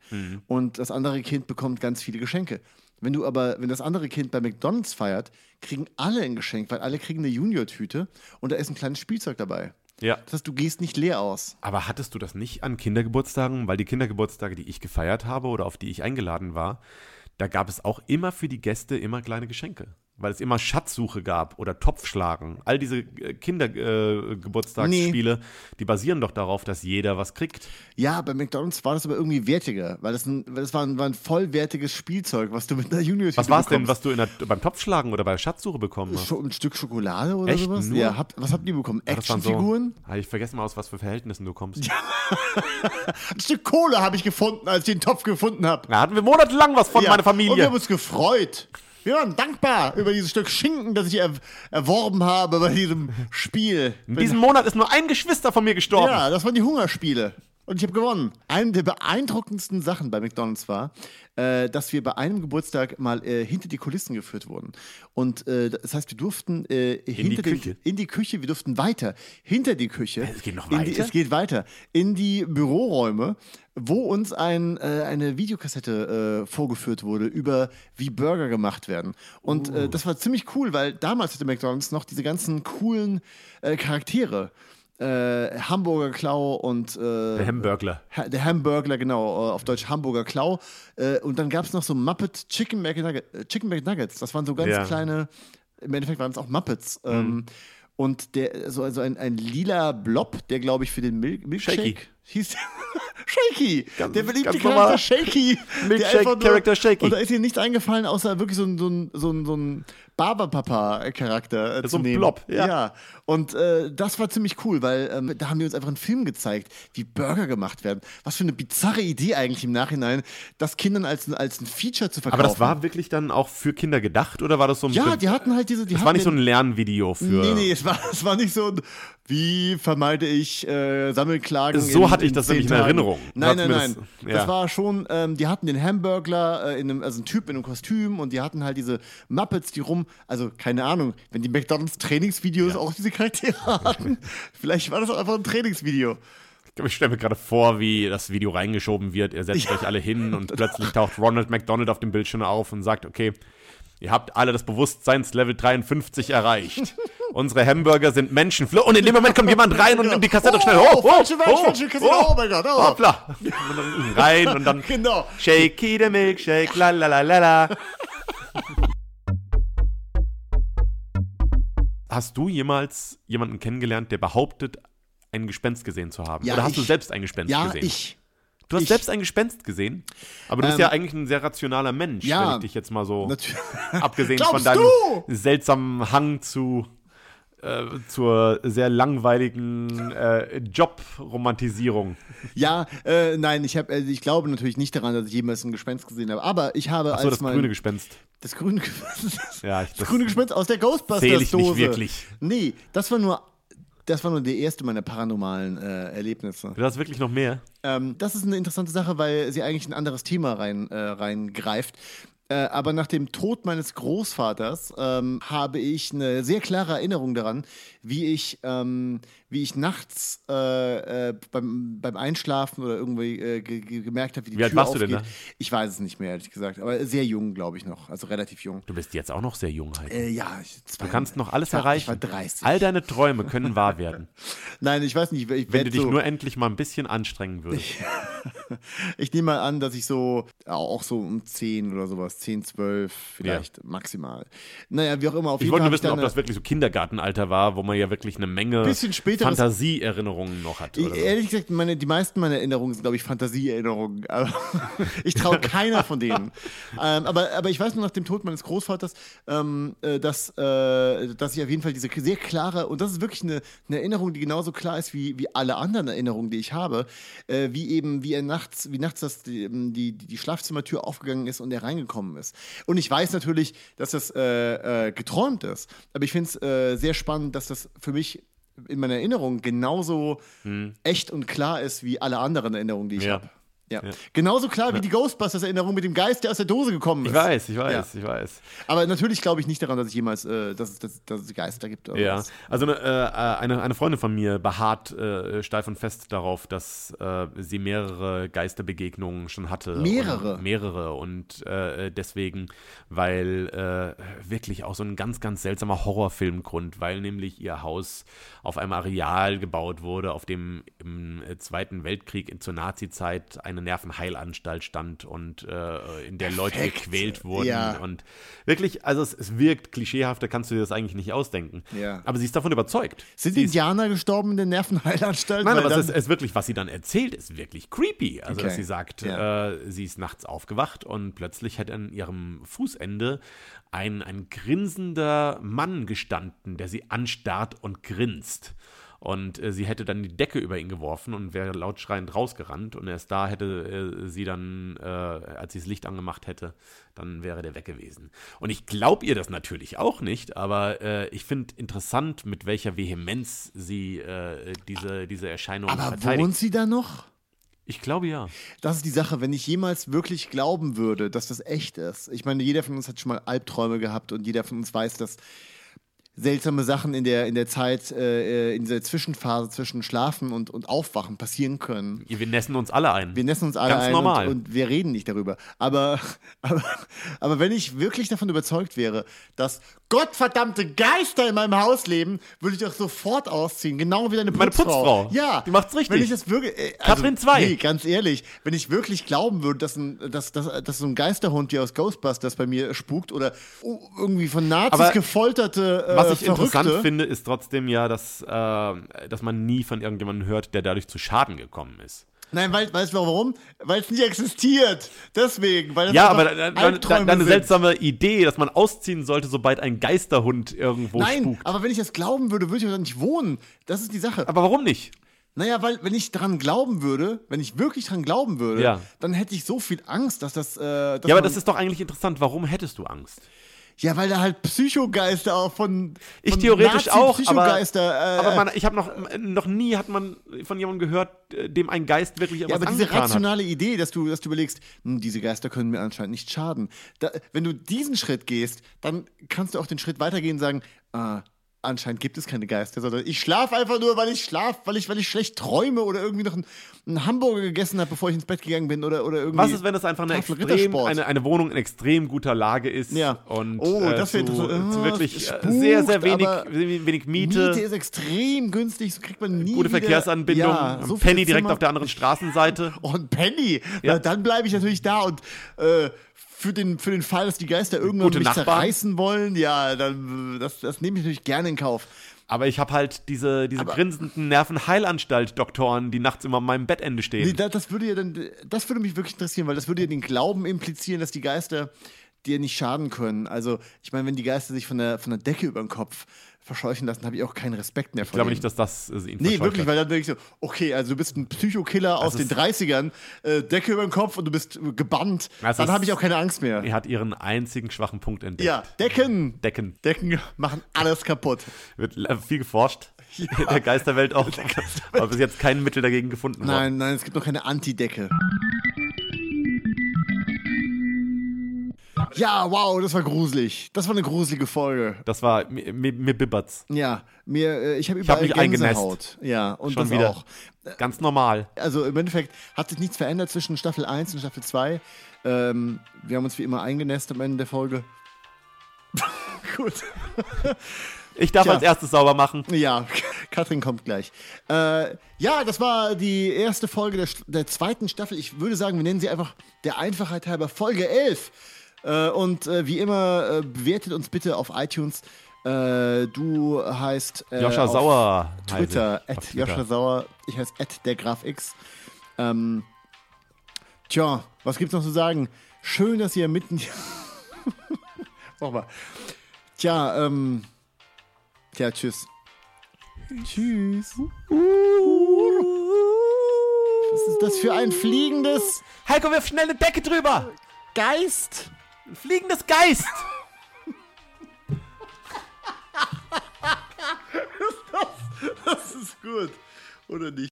Und das andere Kind bekommt ganz viele Geschenke. Wenn du aber, wenn das andere Kind bei McDonalds feiert, kriegen alle ein Geschenk, weil alle kriegen eine Junior-Tüte und da ist ein kleines Spielzeug dabei. Ja. Das heißt, du gehst nicht leer aus. Aber hattest du das nicht an Kindergeburtstagen? Weil die Kindergeburtstage, die ich gefeiert habe oder auf die ich eingeladen war, da gab es auch immer für die Gäste immer kleine Geschenke. Weil es immer Schatzsuche gab oder Topfschlagen. All diese Kindergeburtstagsspiele, äh, Geburtstagsspiele, die basieren doch darauf, dass jeder was kriegt. Ja, bei McDonalds war das aber irgendwie wertiger, weil das, ein, weil das war, ein, war ein vollwertiges Spielzeug, was du mit einer junior Was war es denn, was du in der, beim Topfschlagen oder bei der Schatzsuche bekommen hast? Scho ein Stück Schokolade oder Echt? sowas? Nur? Ja, habt, was habt ihr bekommen? Das waren Actionfiguren? So, habe ich vergessen mal, aus was für Verhältnissen du kommst. Ein Stück Kohle habe ich gefunden, als ich den Topf gefunden habe. Da hatten wir monatelang was von ja. Und meiner wir haben Familie. uns gefreut. Wir waren dankbar über dieses Stück Schinken, das ich er erworben habe bei diesem Spiel. In diesem Monat ist nur ein Geschwister von mir gestorben. Ja, das waren die Hungerspiele. Und ich habe gewonnen. Eine der beeindruckendsten Sachen bei McDonalds war, äh, dass wir bei einem Geburtstag mal äh, hinter die Kulissen geführt wurden. Und äh, das heißt, wir durften äh, hinter den- Küche. in die Küche, wir durften weiter hinter die Küche. Es geht noch in Die, weiter? es geht weiter. In die Büroräume, wo uns ein, äh, eine Videokassette äh, vorgeführt wurde über wie Burger gemacht werden. Und äh, das war ziemlich cool, weil damals hatte McDonalds noch diese ganzen coolen äh, Charaktere. Äh, Hamburger Klau und äh, Der Hamburgler. Ha- Der Hamburgler, genau, äh, auf Deutsch Hamburger Klau. Äh, Und dann gab es noch so Muppet Chicken, McNugget, äh, Chicken McNuggets. Das waren so ganz Ja. Mhm. kleine, im Endeffekt waren es auch Muppets. Ähm, Und der, so also ein, ein lila Blob, der glaube ich für den Mil Milkshake Shaky. hieß. Shaky! der beliebte ganz Charakter normal. Shaky. der Milkshake einfach nur- Character Shaky. Und da ist ihm nichts eingefallen, außer wirklich so ein, so ein, so ein, so ein Barberpapa-Charakter. Äh, zu ein nehmen. Blob, ja. ja. Und äh, das war ziemlich cool, weil ähm, da haben die uns einfach einen Film gezeigt, wie Burger gemacht werden. Was für eine bizarre Idee eigentlich im Nachhinein, das Kindern als, ein- als ein Feature zu verkaufen. Aber das war wirklich dann auch für Kinder gedacht oder war das so ein Ja, Pri- die hatten halt diese. Die Das hatten war nicht so den- ein Lernvideo für. Nee, nee, es war, es war nicht so ein, wie vermeide ich äh, Sammelklagen. So in, hatte ich in das zehn nämlich in Tagen. Erinnerung. Nein, Hat's nein, mir nein. Das, das- ja. war schon, ähm, die hatten den Hamburgler, äh, in einem, also ein Typ in einem Kostüm und die hatten halt diese Muppets, die rum, also keine Ahnung, wenn die McDonalds Trainingsvideos auch diese Charaktere hatten, vielleicht war das auch einfach ein Trainingsvideo. Ich stelle mir gerade vor, wie das Video reingeschoben wird. Ihr setzt euch alle hin und plötzlich taucht Ronald McDonald auf dem Bildschirm auf und sagt, okay, ihr habt alle das Bewusstseinslevel 53 erreicht. Unsere Hamburger sind Menschenflo. Und in dem Moment kommt jemand rein und nimmt die Kassette Oh, schnell hoch. oh, falsche, falsche, falsche Kassette. Oh mein Gott, oh. Hoppla. Und dann rein und dann Genau. Shakey the Milkshake, la la la la la. Hast du jemals jemanden kennengelernt, der behauptet, ein Gespenst gesehen zu haben? Ja, Oder hast du ich. selbst ein Gespenst Ja, gesehen? ich. Du hast ich. Ähm, selbst ein Gespenst gesehen, aber du bist ja eigentlich ein sehr rationaler Mensch, Ja, wenn ich dich jetzt mal so Natürlich. abgesehen von Glaubst deinem du? seltsamen Hang zu äh, zur sehr langweiligen äh, Jobromantisierung. Ja, äh, nein, ich, hab, also ich glaube natürlich nicht daran, dass ich jemals ein Gespenst gesehen habe, aber ich habe Achso, als das mein, grüne Gespenst. Das grüne Gespenst. Ja, ich- das, das grüne Gespenst aus der zähl ich Ghostbusters-Dose. nicht wirklich. Nee, das war nur Das war nur der erste meiner paranormalen äh, Erlebnisse. Du hast wirklich noch mehr. Ähm, das ist eine interessante Sache, weil sie eigentlich ein anderes Thema rein, äh, reingreift. Äh, aber nach dem Tod meines Großvaters ähm, habe ich eine sehr klare Erinnerung daran, wie ich, ähm, wie ich nachts äh, äh, beim, beim Einschlafen oder irgendwie äh, ge ge gemerkt habe, wie die Wie alt Tür warst du aufgeht. denn Ich weiß es nicht mehr, ehrlich gesagt. Aber sehr jung, glaube ich noch. Also relativ jung. Du bist jetzt auch noch sehr jung, halt. Äh, ja, ich, zwei, Du kannst noch alles ich war, erreichen. Ich war 30. All deine Träume können wahr werden, Nein, ich weiß nicht. Ich wenn du werd dich so, nur endlich mal ein bisschen anstrengen würdest. Ich nehme mal an, dass ich so, ja, auch so um 10 oder sowas, 10, 12 vielleicht maximal. Naja, wie auch immer, auf Ich jeden wollte Fall. habe nur wissen, ich ob dann das wirklich so Kindergartenalter war, wo man ja wirklich eine Menge Bisschen späteres- Fantasieerinnerungen noch hat. eine- Oder Ich, so. ehrlich gesagt, meine, die meisten meiner Erinnerungen sind, glaube ich, Fantasieerinnerungen. Aber ich traue keiner von denen. ähm, aber, aber ich weiß nur nach dem Tod meines Großvaters, ähm, äh, dass, äh, dass ich auf jeden Fall diese sehr klare, und das ist wirklich eine, eine Erinnerung, die genauso klar ist wie, wie alle anderen Erinnerungen, die ich habe, äh, wie eben, wie er nachts, wie nachts das, die, ähm, die, die Schlafzimmertür aufgegangen ist und er reingekommen ist. Und ich weiß natürlich, dass das äh, äh, geträumt ist. Aber ich finde es äh, sehr spannend, dass das für mich in meiner Erinnerung genauso echt und klar ist wie alle anderen Erinnerungen, die ich Hm. Ja. habe. Ja. Genauso klar wie die Ghostbusters-Erinnerung mit dem Geist, der aus der Dose gekommen ist. Ich weiß, ich weiß, ich weiß. Aber natürlich glaube ich nicht daran, dass ich jemals, äh, dass, es- dass, dass es Geister gibt. oder Ja, was. also ne, äh, eine, eine Freundin von mir beharrt äh, steif und fest darauf, dass äh, sie mehrere Geisterbegegnungen schon hatte. Mehrere? Und mehrere. Und äh, deswegen, weil äh, wirklich auch so ein ganz, ganz seltsamer Horrorfilmgrund, weil nämlich ihr Haus auf einem Areal gebaut wurde, auf dem im äh, Zweiten Weltkrieg in- zur Nazi-Zeit eine Nervenheilanstalt stand und äh, in der Leute Perfekt. gequält wurden Ja. und wirklich, also es, es wirkt klischeehafter, kannst du dir das eigentlich nicht ausdenken. Ja. Aber sie ist davon überzeugt. Sind sie ist, Indianer gestorben in der Nervenheilanstalt? nein, Weil aber es dann- ist, es ist wirklich, was sie dann erzählt, ist wirklich creepy. Also, dass Okay. sie sagt, Ja. äh, sie ist nachts aufgewacht und plötzlich hat an ihrem Fußende ein, ein grinsender Mann gestanden, der sie anstarrt und grinst. Und äh, sie hätte dann die Decke über ihn geworfen und wäre laut schreiend rausgerannt. Und erst da hätte äh, sie dann, äh, als sie das Licht angemacht hätte, dann wäre der weg gewesen. Und ich glaube ihr das natürlich auch nicht, aber äh, ich finde interessant, mit welcher Vehemenz sie äh, diese, diese Erscheinung aber verteidigt. wohnt sie da noch? Ich glaube ja. Das ist die Sache, wenn ich jemals wirklich glauben würde, dass das echt ist. Ich meine, jeder von uns hat schon mal Albträume gehabt und jeder von uns weiß, dass seltsame Sachen in der, in der Zeit, äh, in dieser Zwischenphase zwischen Schlafen und, und Aufwachen passieren können. Wir nessen uns alle ein. Wir nessen uns alle Ganz ein normal. Und, und wir reden nicht darüber. Aber, aber, aber wenn ich wirklich davon überzeugt wäre, dass gottverdammte Geister in meinem Haus leben, würde ich doch sofort ausziehen. Genau wie deine Putzfrau. Meine Putzfrau. Ja. Die macht's richtig. Wenn ich das wirklich, äh, Katrin zwei. Nee, ganz ehrlich, wenn ich wirklich glauben würde, dass, ein, dass, dass, dass so ein Geisterhund wie aus Ghostbusters bei mir spukt oder oh, irgendwie von Nazis Aber gefolterte äh, Was ich Verrückte, interessant finde, ist trotzdem ja, dass, äh, dass man nie von irgendjemandem hört, der dadurch zu Schaden gekommen ist. Nein, weil, weißt du warum? Weil es nicht existiert. Deswegen. Weil das Ja, einfach aber dann- dann- Also Albträume dann eine sind. seltsame Idee, dass man ausziehen sollte, sobald ein Geisterhund irgendwo Nein, spukt. aber wenn ich das glauben würde, würde ich da nicht wohnen. Das ist die Sache. Aber warum nicht? Naja, weil wenn ich dran glauben würde, wenn ich wirklich dran glauben würde, Ja. dann hätte ich so viel Angst, dass das. Äh, dass Ja, aber man- das ist doch eigentlich interessant. Warum hättest du Angst? ja, weil da halt Psychogeister auch von. Ich von theoretisch auch, aber, Nazi-Psychogeister, äh, aber man, ich habe noch, noch nie hat man von jemandem gehört, äh, dem ein Geist wirklich Ja, irgendwas aber diese angetan hat. rationale Idee, dass du, dass du überlegst, hm, diese Geister können mir anscheinend nicht schaden. Da, wenn du diesen Schritt gehst, dann kannst du auch den Schritt weitergehen und sagen, ah, anscheinend gibt es keine Geister, sondern ich schlafe einfach nur, weil ich schlafe, weil ich, weil ich schlecht träume oder irgendwie noch einen, einen Hamburger gegessen habe, bevor ich ins Bett gegangen bin oder, oder irgendwie. Was ist, wenn das einfach eine, Tafel extrem, Rittersport. eine, eine Wohnung in extrem guter Lage ist Ja. und äh, Oh, das zu, wär interessant. zu Ah, wirklich es äh, spukt, sehr, sehr wenig, aber wenig Miete, Miete, ist extrem günstig, so kriegt man nie gute wieder, Verkehrsanbindung, Ja, ein so viele Penny direkt Zimmer. auf der anderen Straßenseite. Und Penny, Ja. na, dann bleibe ich natürlich da und äh, für, den, für den Fall, dass die Geister irgendwann Gute mich Nachbarn. zerreißen wollen, ja, dann, äh, das, das nehme ich natürlich gerne in Kauf. Aber ich habe halt diese, diese grinsenden Nervenheilanstalt-Doktoren, die nachts immer an meinem Bettende stehen. Nee, das, das würde ja dann, das würde mich wirklich interessieren, weil das würde ja den Glauben implizieren, dass die Geister dir nicht schaden können. Also, ich meine, wenn die Geister sich von der, von der Decke über den Kopf verscheuchen lassen, habe ich auch keinen Respekt mehr vor ich glaube denen. nicht, dass das äh, sie ihn Nee, verscheucht wirklich, hat. weil dann denke ich so, okay, also du bist ein Psychokiller aus den ist- 30ern, äh, Decke über den Kopf und du bist äh, gebannt. Das Dann ist- habe ich auch keine Angst mehr. Er hat ihren einzigen schwachen Punkt entdeckt. Ja, Decken. Decken. Decken machen alles kaputt. Wird äh, viel geforscht. der Geisterwelt auch. Aber bis jetzt kein Mittel dagegen gefunden worden. Nein, nein, es gibt noch keine Antidecke. Ja, wow, das war gruselig. Das war eine gruselige Folge. Das war mir, mir, mir bibbert's. Ja, mir, äh, ich habe hab überall mich eingenässt. Gänsehaut. Ja, und Schon das wieder. auch. Ganz normal. Also im Endeffekt hat sich nichts verändert zwischen Staffel 1 und Staffel 2. Ähm, wir haben uns wie immer eingenässt am Ende der Folge. Gut. Ich darf Tja. Äh, als erstes sauber machen. Ja, Katrin kommt gleich. Äh, ja, das war die erste Folge der, St- der zweiten Staffel. Ich würde sagen, wir nennen sie einfach der Einfachheit halber Folge 11. Äh, und äh, wie immer, äh, bewertet uns bitte auf iTunes. Äh, du heißt äh, Joscha auf Sauer. heiße Twitter, ich. at Joscha Sauer. Ich heiße at der Graf X. Ähm, tja, was gibt's noch zu sagen? Schön, dass ihr mitten. Nochmal. Tja, ähm. Tja, tschüss. Tschüss. Was ist das für ein fliegendes Heiko, wirf schnell eine Decke drüber. Geist? Ein fliegendes Geist. Das ist gut. Oder nicht?